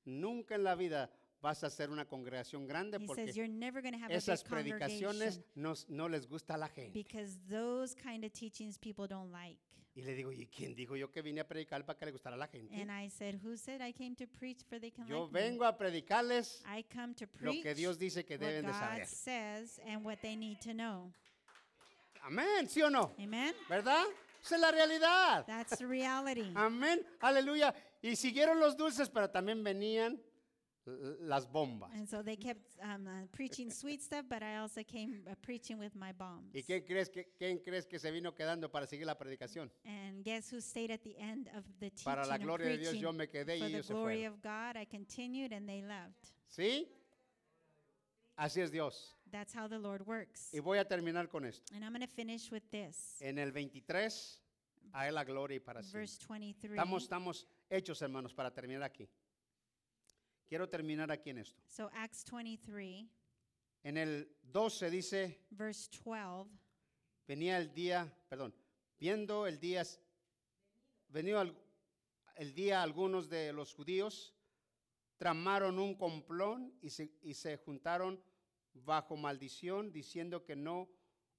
Speaker 1: nunca en la vida vas a hacer una congregación grande
Speaker 2: he says,
Speaker 1: porque
Speaker 2: you're never going to have a
Speaker 1: esas
Speaker 2: big congregation
Speaker 1: predicaciones nos- no les gusta a la gente.
Speaker 2: because those kind of teachings people don't like.
Speaker 1: Y le digo, ¿y quién dijo yo que vine a predicar para que le gustara a la gente?
Speaker 2: And I said, who said I came to preach for they can
Speaker 1: Yo
Speaker 2: like me?
Speaker 1: vengo a predicarles
Speaker 2: I come to
Speaker 1: lo
Speaker 2: preach
Speaker 1: que Dios dice que
Speaker 2: what
Speaker 1: deben de
Speaker 2: God
Speaker 1: saber.
Speaker 2: says and what they need to know.
Speaker 1: Amén, ¿sí o no?
Speaker 2: Amen?
Speaker 1: ¿Verdad? Esa es la realidad.
Speaker 2: That's the reality.
Speaker 1: Amén, aleluya. Y siguieron los dulces, pero también venían l- las bombas.
Speaker 2: And so they kept um, uh, preaching sweet stuff, but I also came uh, preaching with my bombs.
Speaker 1: ¿Y quién crees, que, quién crees que se vino quedando para seguir la predicación?
Speaker 2: And guess who stayed at the end of the teaching
Speaker 1: Para la
Speaker 2: and
Speaker 1: gloria de Dios
Speaker 2: preaching?
Speaker 1: yo me quedé y
Speaker 2: For the
Speaker 1: ellos se
Speaker 2: glory
Speaker 1: fueron.
Speaker 2: of God, I continued and they left.
Speaker 1: ¿Sí? Así es Dios.
Speaker 2: That's how the Lord works.
Speaker 1: Y voy a terminar con esto.
Speaker 2: And I'm going to finish with this.
Speaker 1: En el 23, a Él la gloria y para siempre.
Speaker 2: Verse 23.
Speaker 1: Estamos, estamos hechos, hermanos, para terminar aquí. Quiero terminar aquí en esto.
Speaker 2: So Acts 23,
Speaker 1: En el 12 dice,
Speaker 2: verse 12.
Speaker 1: venía el día, perdón, viendo el día, venido al- el día algunos de los judíos, tramaron un complón y se, y se juntaron bajo maldición, diciendo que no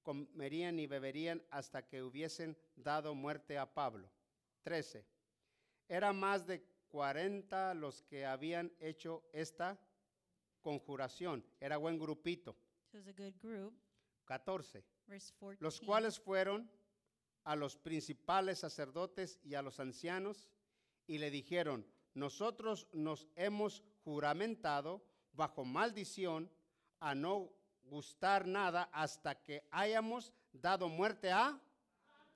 Speaker 1: comerían ni beberían hasta que hubiesen dado muerte a Pablo. 13. Era más de 40 los que habían hecho esta conjuración. Era buen grupito.
Speaker 2: So it was a good group.
Speaker 1: 14
Speaker 2: Verse 14.
Speaker 1: los cuales fueron a los principales sacerdotes y a los ancianos y le dijeron, nosotros nos hemos juramentado bajo maldición a no gustar nada hasta que hayamos dado muerte a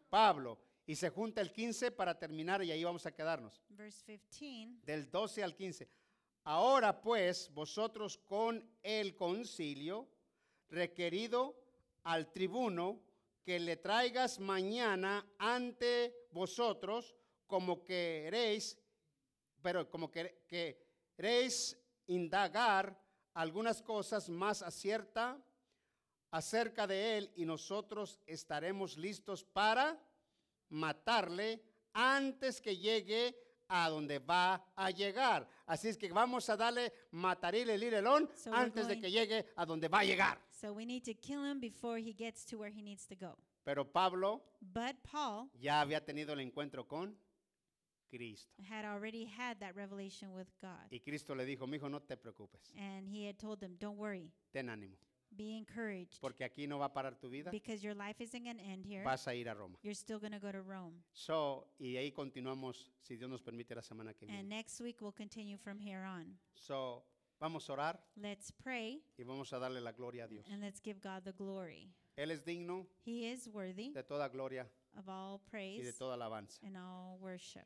Speaker 1: Pablo. Y se junta el 15 para terminar y ahí vamos a quedarnos.
Speaker 2: Verse 15.
Speaker 1: Del 12 al 15. Ahora pues vosotros con el concilio requerido al tribuno que le traigas mañana ante vosotros como queréis, pero como que, queréis indagar algunas cosas más acierta acerca de él y nosotros estaremos listos para matarle antes que llegue a donde va a llegar. Así es que vamos a darle matarile el irelón
Speaker 2: So we're
Speaker 1: antes de
Speaker 2: going-
Speaker 1: que llegue a donde va a llegar.
Speaker 2: So we need to kill him before he gets to where he needs to go.
Speaker 1: Pero Pablo
Speaker 2: But Paul
Speaker 1: ya había tenido el encuentro con Cristo.
Speaker 2: had already had that revelation with God.
Speaker 1: Y Cristo le dijo, mi hijo, no te preocupes,
Speaker 2: And he had told him, Don't worry,
Speaker 1: ten ánimo,
Speaker 2: be encouraged.
Speaker 1: porque aquí no va a parar tu vida,
Speaker 2: Because your life isn't going to end here.
Speaker 1: vas a ir a Roma.
Speaker 2: You're still going to go to Rome.
Speaker 1: So, y ahí continuamos, si Dios nos permite, la semana que
Speaker 2: And
Speaker 1: viene.
Speaker 2: next week we'll continue from here on.
Speaker 1: So, vamos a orar
Speaker 2: Let's pray
Speaker 1: y vamos a darle la gloria a Dios.
Speaker 2: and let's give God the glory.
Speaker 1: Él es digno
Speaker 2: He is worthy
Speaker 1: de toda gloria
Speaker 2: of all
Speaker 1: y de
Speaker 2: praise
Speaker 1: toda alabanza.
Speaker 2: and all worship.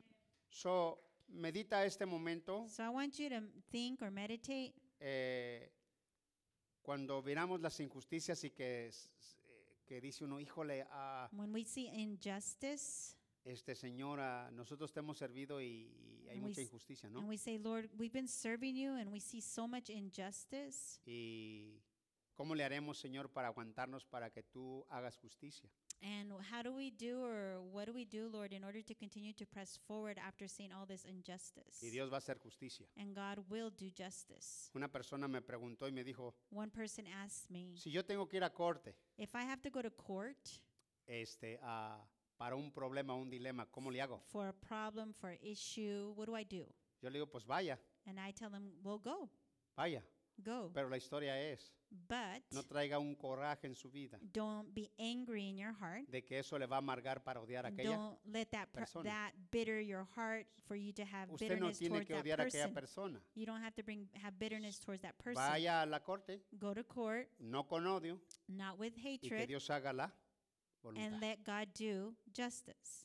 Speaker 1: So, medita este momento.
Speaker 2: So I want you to think or meditate
Speaker 1: eh, cuando miramos las injusticias y que, s- s- eh, que dice uno, híjole, a
Speaker 2: when we see injustice
Speaker 1: este señora, nosotros te hemos servido y, y hay
Speaker 2: And we
Speaker 1: mucha
Speaker 2: s-
Speaker 1: injusticia,
Speaker 2: and
Speaker 1: ¿no?
Speaker 2: we say, Lord, we've been serving you and we see so much injustice.
Speaker 1: Y cómo le haremos, Señor, para aguantarnos para que tú hagas justicia.
Speaker 2: And how do we do or what do we do, Lord, in order to continue to press forward after seeing all this injustice?
Speaker 1: Y Dios va a hacer justicia.
Speaker 2: And God will do justice.
Speaker 1: Una persona me preguntó y me dijo,
Speaker 2: One person asked me,
Speaker 1: si yo tengo que ir a corte
Speaker 2: if I have to go to court
Speaker 1: este, a- para un problema, un dilema, ¿cómo le hago?
Speaker 2: for a problem, for an issue, what do I do?
Speaker 1: Yo le digo, pues vaya,
Speaker 2: And I tell them, well, go,
Speaker 1: vaya.
Speaker 2: go.
Speaker 1: Pero la historia es,
Speaker 2: But
Speaker 1: no traiga un coraje en su vida
Speaker 2: don't be angry in your heart.
Speaker 1: de que eso le va a amargar para odiar a aquella.
Speaker 2: Don't let that per-
Speaker 1: persona.
Speaker 2: that bitter your heart for you to have
Speaker 1: Usted no
Speaker 2: bitterness
Speaker 1: tiene
Speaker 2: towards
Speaker 1: que
Speaker 2: that
Speaker 1: odiar a aquella
Speaker 2: person.
Speaker 1: persona.
Speaker 2: You don't have to bring have bitterness towards that person.
Speaker 1: Vaya a la corte,
Speaker 2: Go to court,
Speaker 1: no con odio,
Speaker 2: not with
Speaker 1: y que
Speaker 2: hatred,
Speaker 1: Dios haga la
Speaker 2: and
Speaker 1: voluntad.
Speaker 2: let God do justice.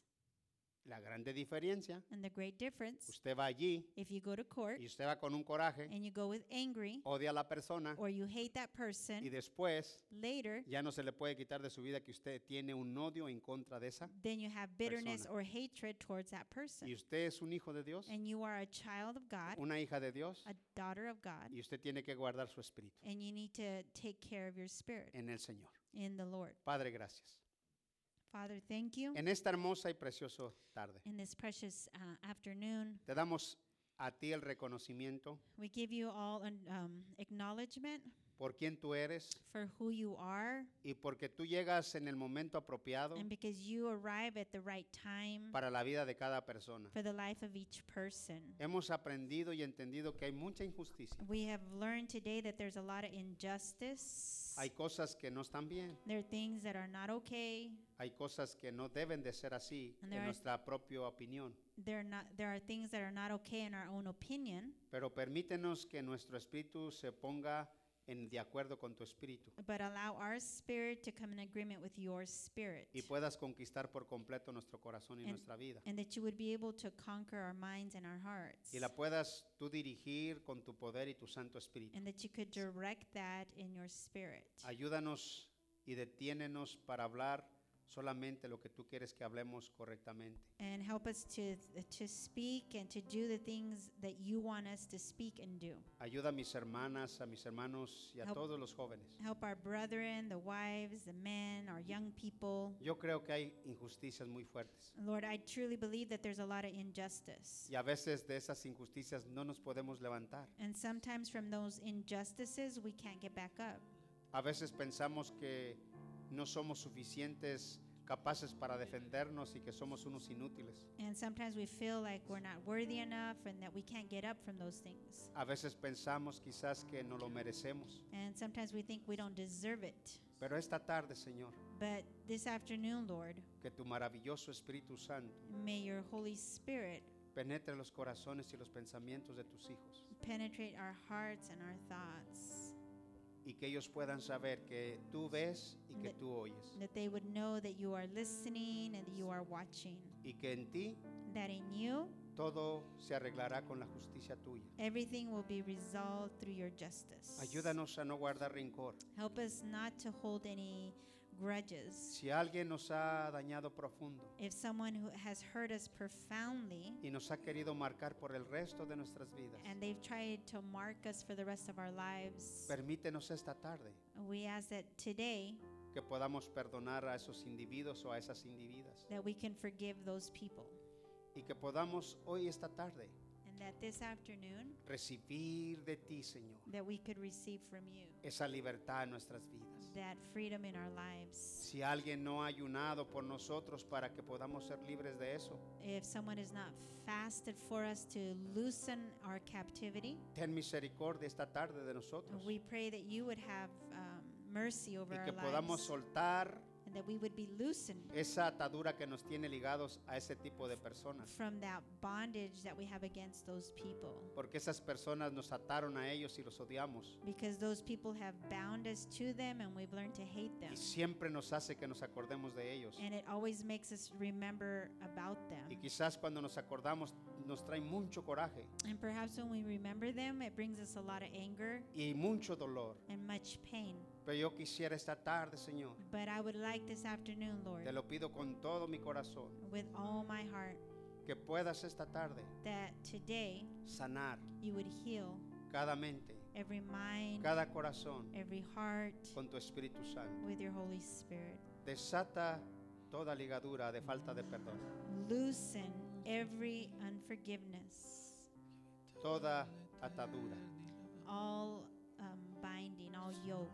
Speaker 1: La grande diferencia,
Speaker 2: And the great difference,
Speaker 1: usted va allí
Speaker 2: if you go to court
Speaker 1: y usted va con un coraje,
Speaker 2: and you go with angry
Speaker 1: odia a la persona
Speaker 2: or you hate that
Speaker 1: y
Speaker 2: person,
Speaker 1: después
Speaker 2: later
Speaker 1: ya no se le puede quitar de su vida que usted tiene un odio en contra de esa.
Speaker 2: then you have bitterness
Speaker 1: persona.
Speaker 2: or hatred towards that
Speaker 1: Y
Speaker 2: person.
Speaker 1: usted es un hijo de Dios,
Speaker 2: And you are a child of God,
Speaker 1: una hija de Dios,
Speaker 2: a daughter of God,
Speaker 1: y usted tiene que guardar su espíritu
Speaker 2: and you need to take care of your spirit
Speaker 1: en el Señor.
Speaker 2: in the Lord.
Speaker 1: Padre, gracias.
Speaker 2: Father, thank you
Speaker 1: En esta hermosa y preciosa tarde,
Speaker 2: in this precious uh, afternoon.
Speaker 1: te damos a ti el reconocimiento
Speaker 2: We give you all an um, acknowledgement
Speaker 1: por quién tú eres
Speaker 2: for who you are
Speaker 1: y porque tú llegas en el momento apropiado
Speaker 2: and because you arrive at the right time
Speaker 1: para la vida de cada persona.
Speaker 2: for the life of each person.
Speaker 1: Hemos aprendido y entendido que hay mucha injusticia.
Speaker 2: We have learned today that there's a lot of injustice.
Speaker 1: Hay cosas que no están bien,
Speaker 2: There are things that are not okay.
Speaker 1: hay cosas que no deben de ser así
Speaker 2: And there
Speaker 1: en
Speaker 2: are-
Speaker 1: nuestra propia opinión.
Speaker 2: there not there are things that are not okay in our own opinion
Speaker 1: Pero permítenos que nuestro espíritu se ponga en de acuerdo con tu espíritu
Speaker 2: but allow our spirit to come in agreement with your spirit
Speaker 1: y puedas conquistar por completo nuestro corazón y
Speaker 2: And-
Speaker 1: nuestra vida.
Speaker 2: and that you would be able to conquer our minds and our hearts
Speaker 1: Y la puedas tú dirigir con tu poder y tu santo espíritu.
Speaker 2: and that you could direct that in your spirit
Speaker 1: Ayúdanos y detiénenos para hablar solamente lo que tú quieres que hablemos correctamente.
Speaker 2: and help us to to speak and to do the things that you want us to speak and do
Speaker 1: Ayuda a mis hermanas, a mis hermanos y a
Speaker 2: Help.
Speaker 1: todos los jóvenes.
Speaker 2: help our brethren the wives the men our young people
Speaker 1: Yo creo que hay injusticias muy fuertes
Speaker 2: lord i truly believe that there's a lot of injustice
Speaker 1: y a veces de esas injusticias no nos podemos levantar.
Speaker 2: and sometimes from those injustices we can't get back up
Speaker 1: A veces pensamos que no somos suficientes capaces para defendernos y que somos unos inútiles.
Speaker 2: And sometimes we feel like we're not worthy enough and that we can't get up from those things.
Speaker 1: A veces pensamos quizás que no lo merecemos.
Speaker 2: And sometimes we think we don't deserve it.
Speaker 1: Pero esta tarde, Señor,
Speaker 2: But this afternoon, Lord,
Speaker 1: que tu maravilloso Espíritu Santo
Speaker 2: may your Holy Spirit
Speaker 1: Penetra los corazones y los pensamientos de tus hijos
Speaker 2: penetrate our hearts and our thoughts,
Speaker 1: y que ellos puedan saber que tú ves y que
Speaker 2: Le-
Speaker 1: tú oyes
Speaker 2: that they would know that you are listening and that you are watching,
Speaker 1: y que en ti
Speaker 2: that in you
Speaker 1: todo se arreglará con la justicia tuya.
Speaker 2: everything will be resolved through your justice.
Speaker 1: Ayúdanos a no guardar rencor.
Speaker 2: Help us not to hold any grudges.
Speaker 1: Si alguien nos ha dañado profundo
Speaker 2: If someone who has hurt us profoundly
Speaker 1: y nos ha querido marcar por el resto de nuestras vidas,
Speaker 2: and they've tried to mark us for the rest of our lives,
Speaker 1: permítenos esta tarde
Speaker 2: we ask that today
Speaker 1: que podamos perdonar a esos individuos o a esas individuas
Speaker 2: that we can forgive those people
Speaker 1: y que podamos hoy esta tarde
Speaker 2: and that this afternoon
Speaker 1: recibir de ti, Señor,
Speaker 2: that we could receive from you
Speaker 1: esa libertad en nuestras vidas.
Speaker 2: that freedom in our lives.
Speaker 1: Si alguien no ha ayunado por nosotros para que podamos ser libres de eso,
Speaker 2: If someone is not fasted for us to loosen our captivity,
Speaker 1: ten misericordia esta tarde de nosotros
Speaker 2: we pray that you would have um, mercy over
Speaker 1: y
Speaker 2: our
Speaker 1: que podamos
Speaker 2: lives
Speaker 1: soltar
Speaker 2: and that we would be loosened
Speaker 1: esa atadura que nos tiene ligados a ese tipo de personas,
Speaker 2: from that bondage that we have against those people.
Speaker 1: porque esas personas nos ataron a ellos y los odiamos
Speaker 2: Because those people have bound us to them and we've learned to hate them.
Speaker 1: y siempre nos hace que nos acordemos de ellos.
Speaker 2: And it always makes us remember about
Speaker 1: Y
Speaker 2: them.
Speaker 1: quizás cuando nos acordamos nos trae mucho coraje
Speaker 2: And perhaps when we remember them, it brings us a lot of anger
Speaker 1: y mucho dolor.
Speaker 2: and much pain.
Speaker 1: Pero yo quisiera esta tarde, Señor,
Speaker 2: But I would like this afternoon, Lord,
Speaker 1: te lo pido con todo mi corazón,
Speaker 2: with all my heart,
Speaker 1: que puedas esta tarde
Speaker 2: that today
Speaker 1: sanar
Speaker 2: you would heal
Speaker 1: cada mente,
Speaker 2: every mind,
Speaker 1: cada corazón
Speaker 2: every heart
Speaker 1: con tu Espíritu Santo.
Speaker 2: with your Holy Spirit.
Speaker 1: Desata toda ligadura de falta de perdón,
Speaker 2: Loosen every unforgiveness,
Speaker 1: toda atadura.
Speaker 2: all um, binding, all yoke,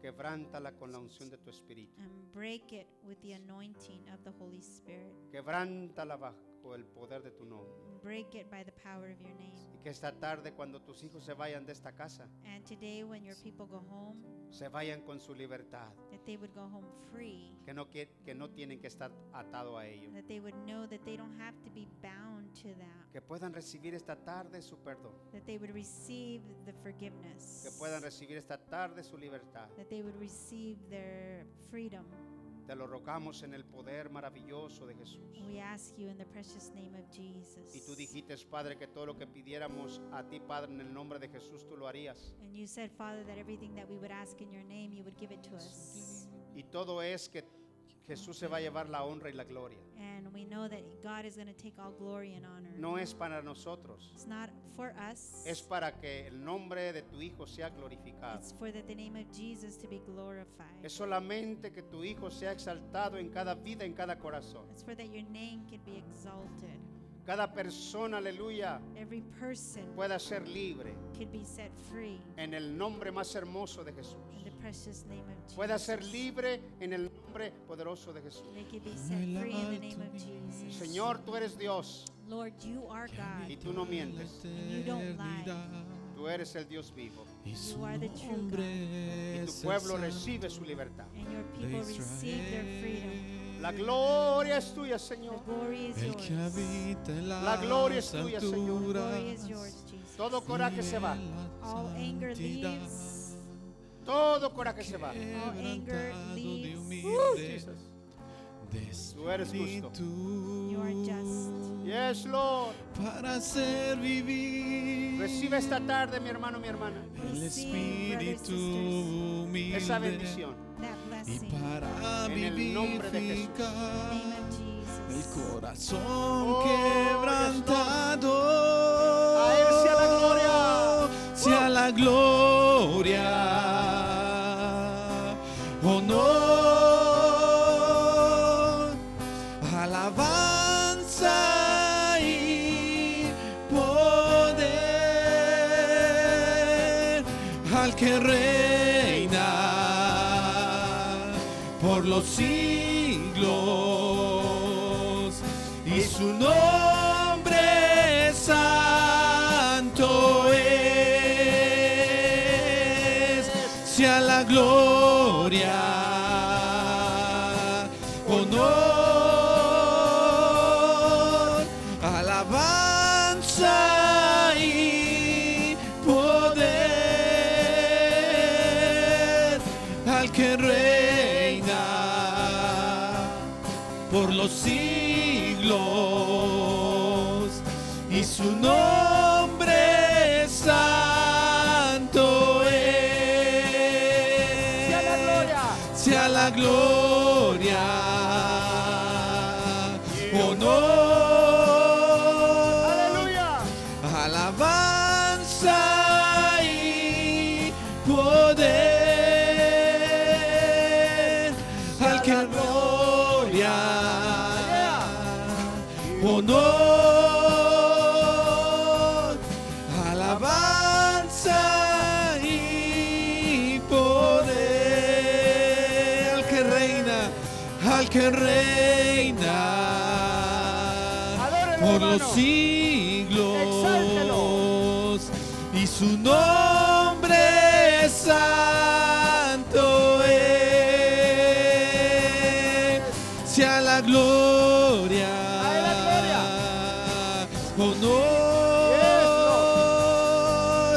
Speaker 1: Quebrántala con la unción de tu Espíritu.
Speaker 2: and break it with the anointing of the Holy Spirit.
Speaker 1: Quebrántala bajo el poder de tu nombre.
Speaker 2: Break it by the power of your name.
Speaker 1: Y que esta tarde, cuando tus hijos se vayan de esta casa,
Speaker 2: And today, when your people go home,
Speaker 1: se vayan con su libertad.
Speaker 2: that they would go home free,
Speaker 1: que no, que, que no tienen que estar atado a ello.
Speaker 2: that they would know that they don't have to be bound to that,
Speaker 1: Que puedan recibir esta tarde su perdón.
Speaker 2: that they would receive the
Speaker 1: Que puedan
Speaker 2: forgiveness.
Speaker 1: recibir esta tarde su libertad.
Speaker 2: that they would receive their freedom.
Speaker 1: Te lo rogamos en el poder maravilloso de Jesús.
Speaker 2: We ask you in the precious name of Jesus.
Speaker 1: Y tú dijiste, Padre, que todo lo que pidiéramos a ti, Padre, en el nombre de Jesús, tú lo harías.
Speaker 2: And you said, Father, that everything that we would ask in your name, you would give it to us.
Speaker 1: Y todo es que Jesús se va a llevar la honra y la gloria.
Speaker 2: And we know that God is going to take all glory and honor.
Speaker 1: No es para nosotros,
Speaker 2: It's not for us.
Speaker 1: es para que el nombre de tu Hijo sea glorificado.
Speaker 2: It's for that the name of Jesus to be glorified.
Speaker 1: Es solamente que tu Hijo sea exaltado en cada vida, en cada corazón.
Speaker 2: It's for that your name can be exalted.
Speaker 1: Cada persona, aleluya,
Speaker 2: Every person
Speaker 1: pueda ser libre
Speaker 2: could be set free
Speaker 1: en el nombre más hermoso de Jesús.
Speaker 2: in the precious name of Jesus.
Speaker 1: Pueda ser libre en el nombre poderoso de Jesús.
Speaker 2: They could be set free in the name of Jesus.
Speaker 1: Señor, tú eres Dios
Speaker 2: Lord, you are God.
Speaker 1: y tú no mientes.
Speaker 2: you don't lie.
Speaker 1: Tú eres el Dios vivo
Speaker 3: Y su
Speaker 2: You are the true
Speaker 3: nombre
Speaker 1: y
Speaker 3: es
Speaker 1: tu
Speaker 3: el
Speaker 1: pueblo
Speaker 3: Santo
Speaker 1: recibe su libertad.
Speaker 2: and your
Speaker 3: de
Speaker 2: people receive their freedom.
Speaker 3: Israel.
Speaker 1: La gloria es tuya,
Speaker 2: The
Speaker 1: Señor.
Speaker 2: glory is
Speaker 3: El que
Speaker 2: yours.
Speaker 3: habita en
Speaker 1: La
Speaker 3: las
Speaker 1: gloria es tuya, Señor.
Speaker 2: The
Speaker 3: alturas
Speaker 2: glory is yours, Jesus.
Speaker 1: Todo coraje se va,
Speaker 3: y en la
Speaker 2: All anger
Speaker 3: santidad.
Speaker 2: leaves.
Speaker 1: todo coraje se va.
Speaker 2: All anger
Speaker 3: Quebrantado de
Speaker 2: leaves.
Speaker 1: Uh,
Speaker 3: humilde
Speaker 1: Jesus.
Speaker 3: de
Speaker 1: Tú eres justo.
Speaker 3: espíritu.
Speaker 2: You are just.
Speaker 1: Yes, Lord.
Speaker 3: para ser vivir.
Speaker 1: Recibe esta tarde, mi hermano, mi hermana,
Speaker 3: el
Speaker 2: Receive, brothers,
Speaker 3: espíritu
Speaker 2: sisters,
Speaker 3: humilde
Speaker 1: esa bendición.
Speaker 2: That
Speaker 3: y
Speaker 2: blessing.
Speaker 3: para
Speaker 1: En el nombre de Jesús.
Speaker 2: In the name
Speaker 3: vivificar
Speaker 2: of
Speaker 3: el
Speaker 2: Jesus.
Speaker 3: corazón
Speaker 1: Oh,
Speaker 3: quebrantado.
Speaker 1: A Él sea la gloria. Uh.
Speaker 3: Sea la gloria. Honor. Alabanza y poder al que reina por los siglos y su nombre santo es sea la gloria honor alabanza que reina por los siglos y su nombre santo es.
Speaker 4: Sea la gloria.
Speaker 3: Sea la gloria. Honor.
Speaker 4: Aleluya.
Speaker 3: Alabanza y poder al que gloria, honor, alabanza y poder al que reina, al que reina
Speaker 4: Adórelo,
Speaker 3: por los
Speaker 4: hermano.
Speaker 3: siglos
Speaker 4: Exáltelo.
Speaker 3: y su nombre santo es sea la gloria
Speaker 4: A él
Speaker 3: honor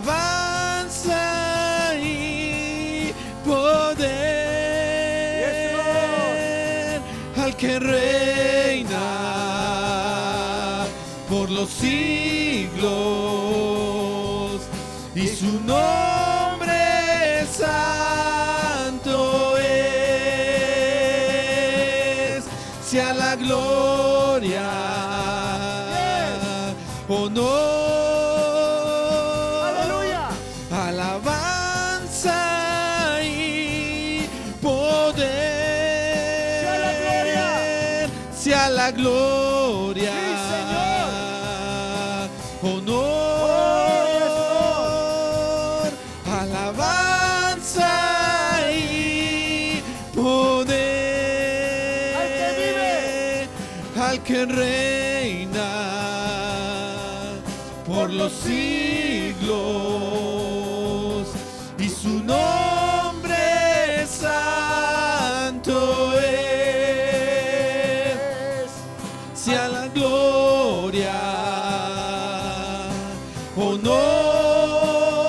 Speaker 3: alabanza y poder al que reina por los siglos y su nombre santo es sea la gloria honor
Speaker 4: Aleluya.
Speaker 3: alabanza y poder
Speaker 4: Sea la gloria.
Speaker 3: sea la gloria honor alabanza y poder
Speaker 4: Al que vive.
Speaker 3: al que reina por los siglos y su nombre santo es sea la gloria,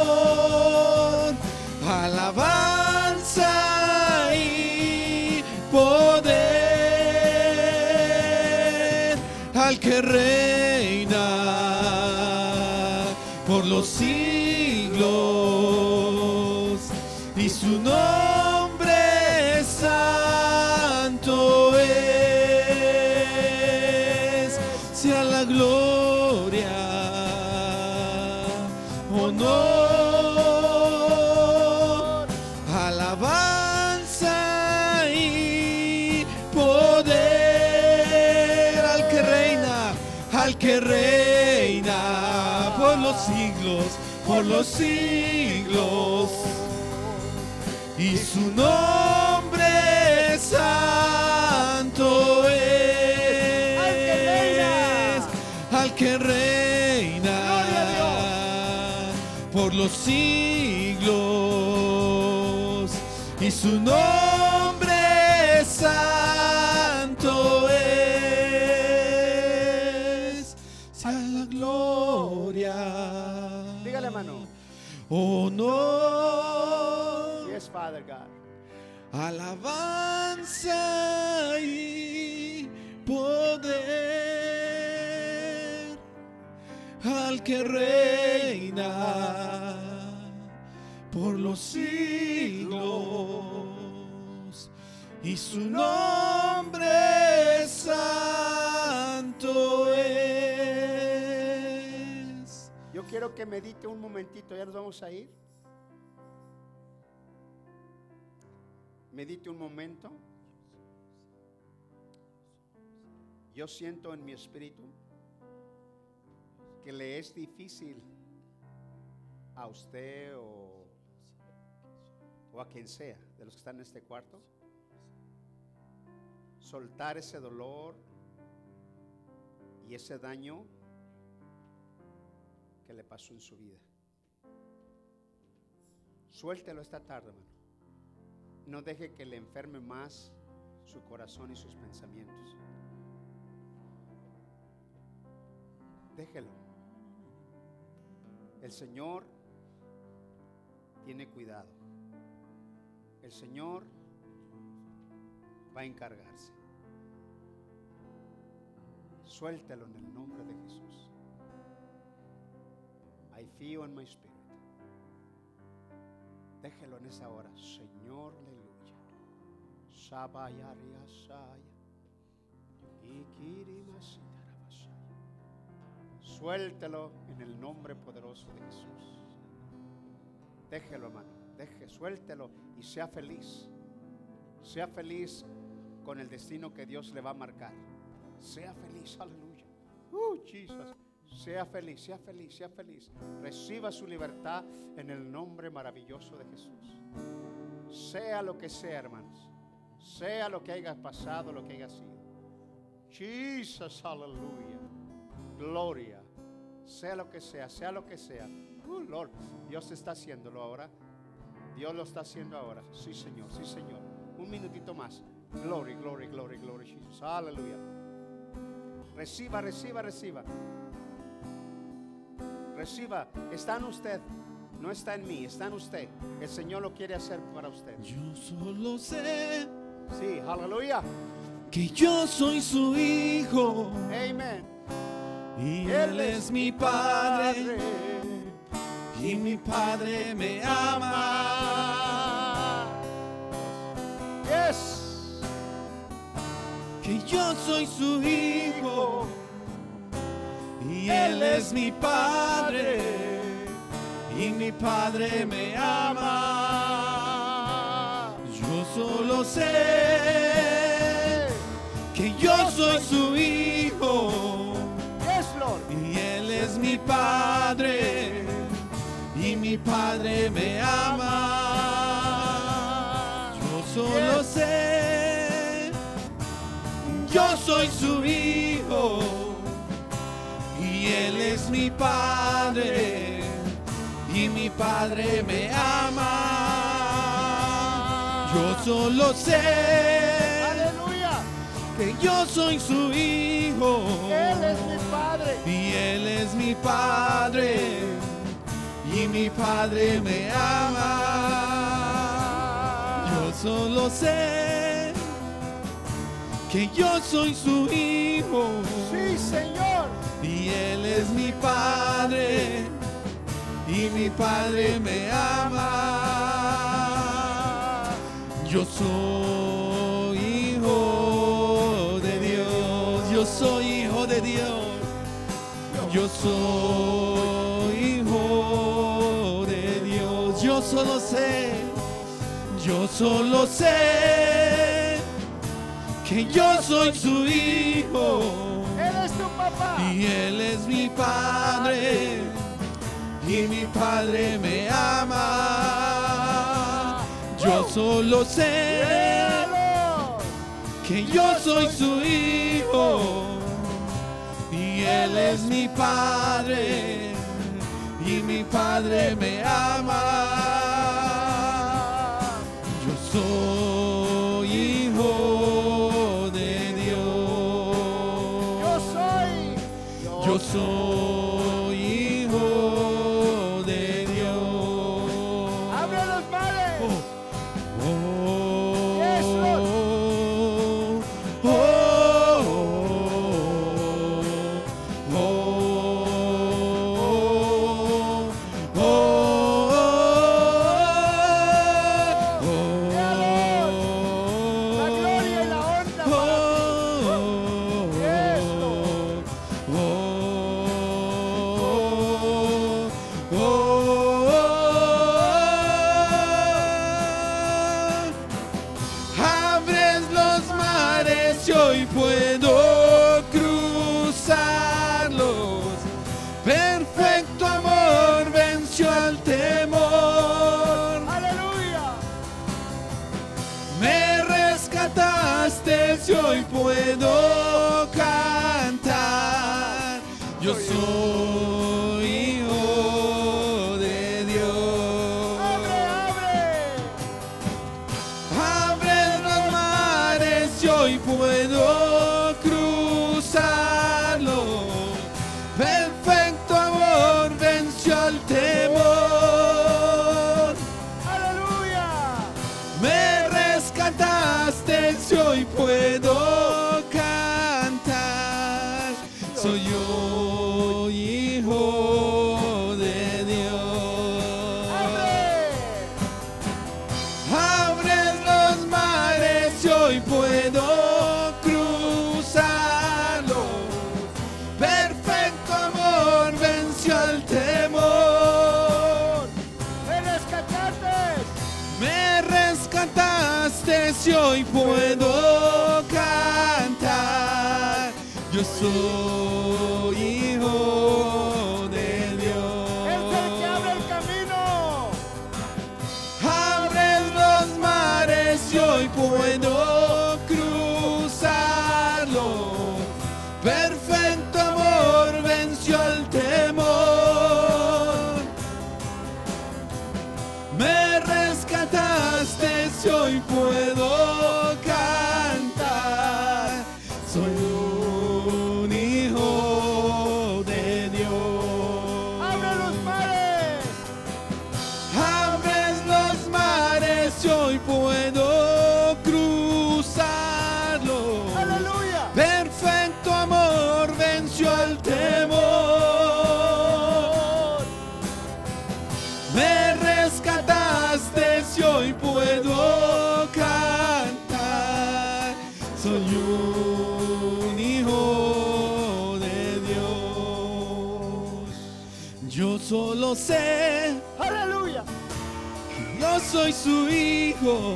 Speaker 3: honor, alabanza y poder al que reina por los siglos y su nombre santo es sea la gloria honor alabanza y poder al que reina al que reina por los siglos por los siglos y su nombre santo es
Speaker 4: Al que reina.
Speaker 3: al que reina
Speaker 4: Gloria
Speaker 3: por los siglos y su nombre santo es sea la gloria
Speaker 1: Dígale, hermano.
Speaker 3: honor
Speaker 1: Yes, Father God.
Speaker 3: Alabanza y poder al que reina por los siglos y su nombre santo es.
Speaker 1: Yo quiero que medite un momentito, ya nos vamos a ir. Medite un momento. Yo siento en mi espíritu que le es difícil a usted o, o a quien sea de los que están en este cuarto soltar ese dolor y ese daño que le pasó en su vida. Suéltelo esta tarde, hermano. No deje que le enferme más su corazón y sus pensamientos. Déjelo. El Señor tiene cuidado. el Señor va a encargarse. Suéltalo en el nombre de Jesús. I feel in my spirit. Déjelo en esa hora. Señor, aleluya. Sabayariasaya. Ikirimasitaramasaya. Suéltalo en el nombre poderoso de Jesús. Déjelo, hermano. Deje, suéltelo y sea feliz. Sea feliz con el destino que Dios le va a marcar. Sea feliz, aleluya. Uh, Jesus. Sea feliz, sea feliz, sea feliz. Reciba su libertad en el nombre maravilloso de Jesús. Sea lo que sea, hermanos. Sea lo que haya pasado, lo que haya sido. Jesus, aleluya. Gloria. Sea lo que sea, sea lo que sea. Uh, Lord, Dios está haciéndolo ahora. Dios lo está haciendo ahora. Sí, Señor, sí, Señor. Un minutito más. Glory, glory, glory, glory, Jesus. Aleluya. Reciba, reciba, reciba. Reciba. Está en usted. No está en mí, está en usted. El Señor lo quiere hacer para usted.
Speaker 3: Yo solo sé
Speaker 1: Sí, aleluya.
Speaker 3: que yo soy su hijo
Speaker 1: Amén.
Speaker 3: y él es mi padre
Speaker 1: Padre.
Speaker 3: y mi padre me ama.
Speaker 1: Yes.
Speaker 3: Que yo soy su hijo y él es mi padre y mi padre me ama. Yo solo sé que yo soy su hijo.
Speaker 1: Yes, Lord.
Speaker 3: Y Él es mi Padre, y mi Padre me ama. Yo solo sé, yo soy su hijo, y Él es mi Padre, y mi Padre me ama. Yo solo sé
Speaker 1: Aleluya.
Speaker 3: que yo soy su hijo.
Speaker 1: Él es mi Padre.
Speaker 3: Y Él es mi Padre, y mi Padre me ama. Yo solo sé que yo soy su hijo,
Speaker 1: Sí, Señor.
Speaker 3: y Él es mi Padre, y mi Padre me ama. Yo soy hijo de Dios, yo soy hijo de Dios. Yo soy hijo de Dios, yo solo sé, yo solo sé que yo soy su hijo
Speaker 1: Él es tu papá.
Speaker 3: y él es mi padre y mi padre me ama. Yo solo sé
Speaker 1: Lord.
Speaker 3: que yo soy su hijo y él es mi padre y mi padre me ama. Yo soy hijo de Dios.
Speaker 1: Yo soy.
Speaker 3: Yo soy hijo de Dios.
Speaker 1: Abre los mares.
Speaker 3: Oh.
Speaker 1: Yes, Lord.
Speaker 3: Oh, oh, oh, oh, oh, oh.
Speaker 1: Ya, Lord. La gloria y la honra para
Speaker 3: Oh,
Speaker 1: Yes,
Speaker 3: oh, oh, oh. Abres los mares y hoy puedo cruzarlos. Perfecto amor venció al temor.
Speaker 1: Aleluya.
Speaker 3: Me rescataste y hoy puedo cantar. Yo soy hijo de
Speaker 1: Abre,
Speaker 3: Dios.
Speaker 1: abre.
Speaker 3: Abre los mares y hoy puedo cruzarlo. Perfecto amor venció al temor.
Speaker 1: Aleluya.
Speaker 3: Me Oh. silencio y puedo cantar. Yo soy hijo de
Speaker 4: Él es el que
Speaker 3: Dios.
Speaker 4: abre el camino.
Speaker 3: Abres los mares y hoy puedo cruzarlo. Perfecto amor venció el temor. Me rescataste y hoy puedo cantar. Soy un hijo de Dios.
Speaker 4: Abre los mares.
Speaker 3: Abres los mares y hoy puedo cruzarlo.
Speaker 4: Aleluya.
Speaker 3: Perfecto amor venció al temor. Me rescataste y hoy puedo cantar. Soy un hijo de Dios. Yo solo sé
Speaker 4: Aleluya.
Speaker 3: yo soy su hijo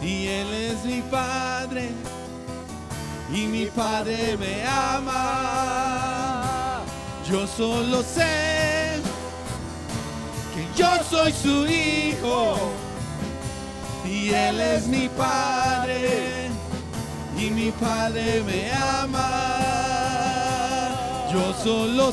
Speaker 3: y él es mi padre y mi padre me ama. Yo solo sé que yo soy su hijo y él es mi padre y mi padre me ama. Yo solo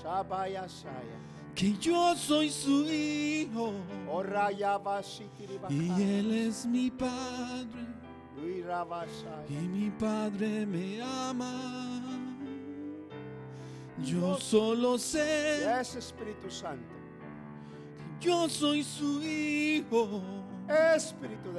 Speaker 4: Shabaya Shaya.
Speaker 3: que yo soy su hijo.
Speaker 4: Oraya Bashikiri
Speaker 3: Y
Speaker 4: Bakaya.
Speaker 3: Él es mi Padre,
Speaker 4: Uira Bashaya.
Speaker 3: y mi Padre me ama. Yo solo sé,
Speaker 4: Es Espíritu Santo.
Speaker 3: yo soy su hijo.
Speaker 4: Espíritu de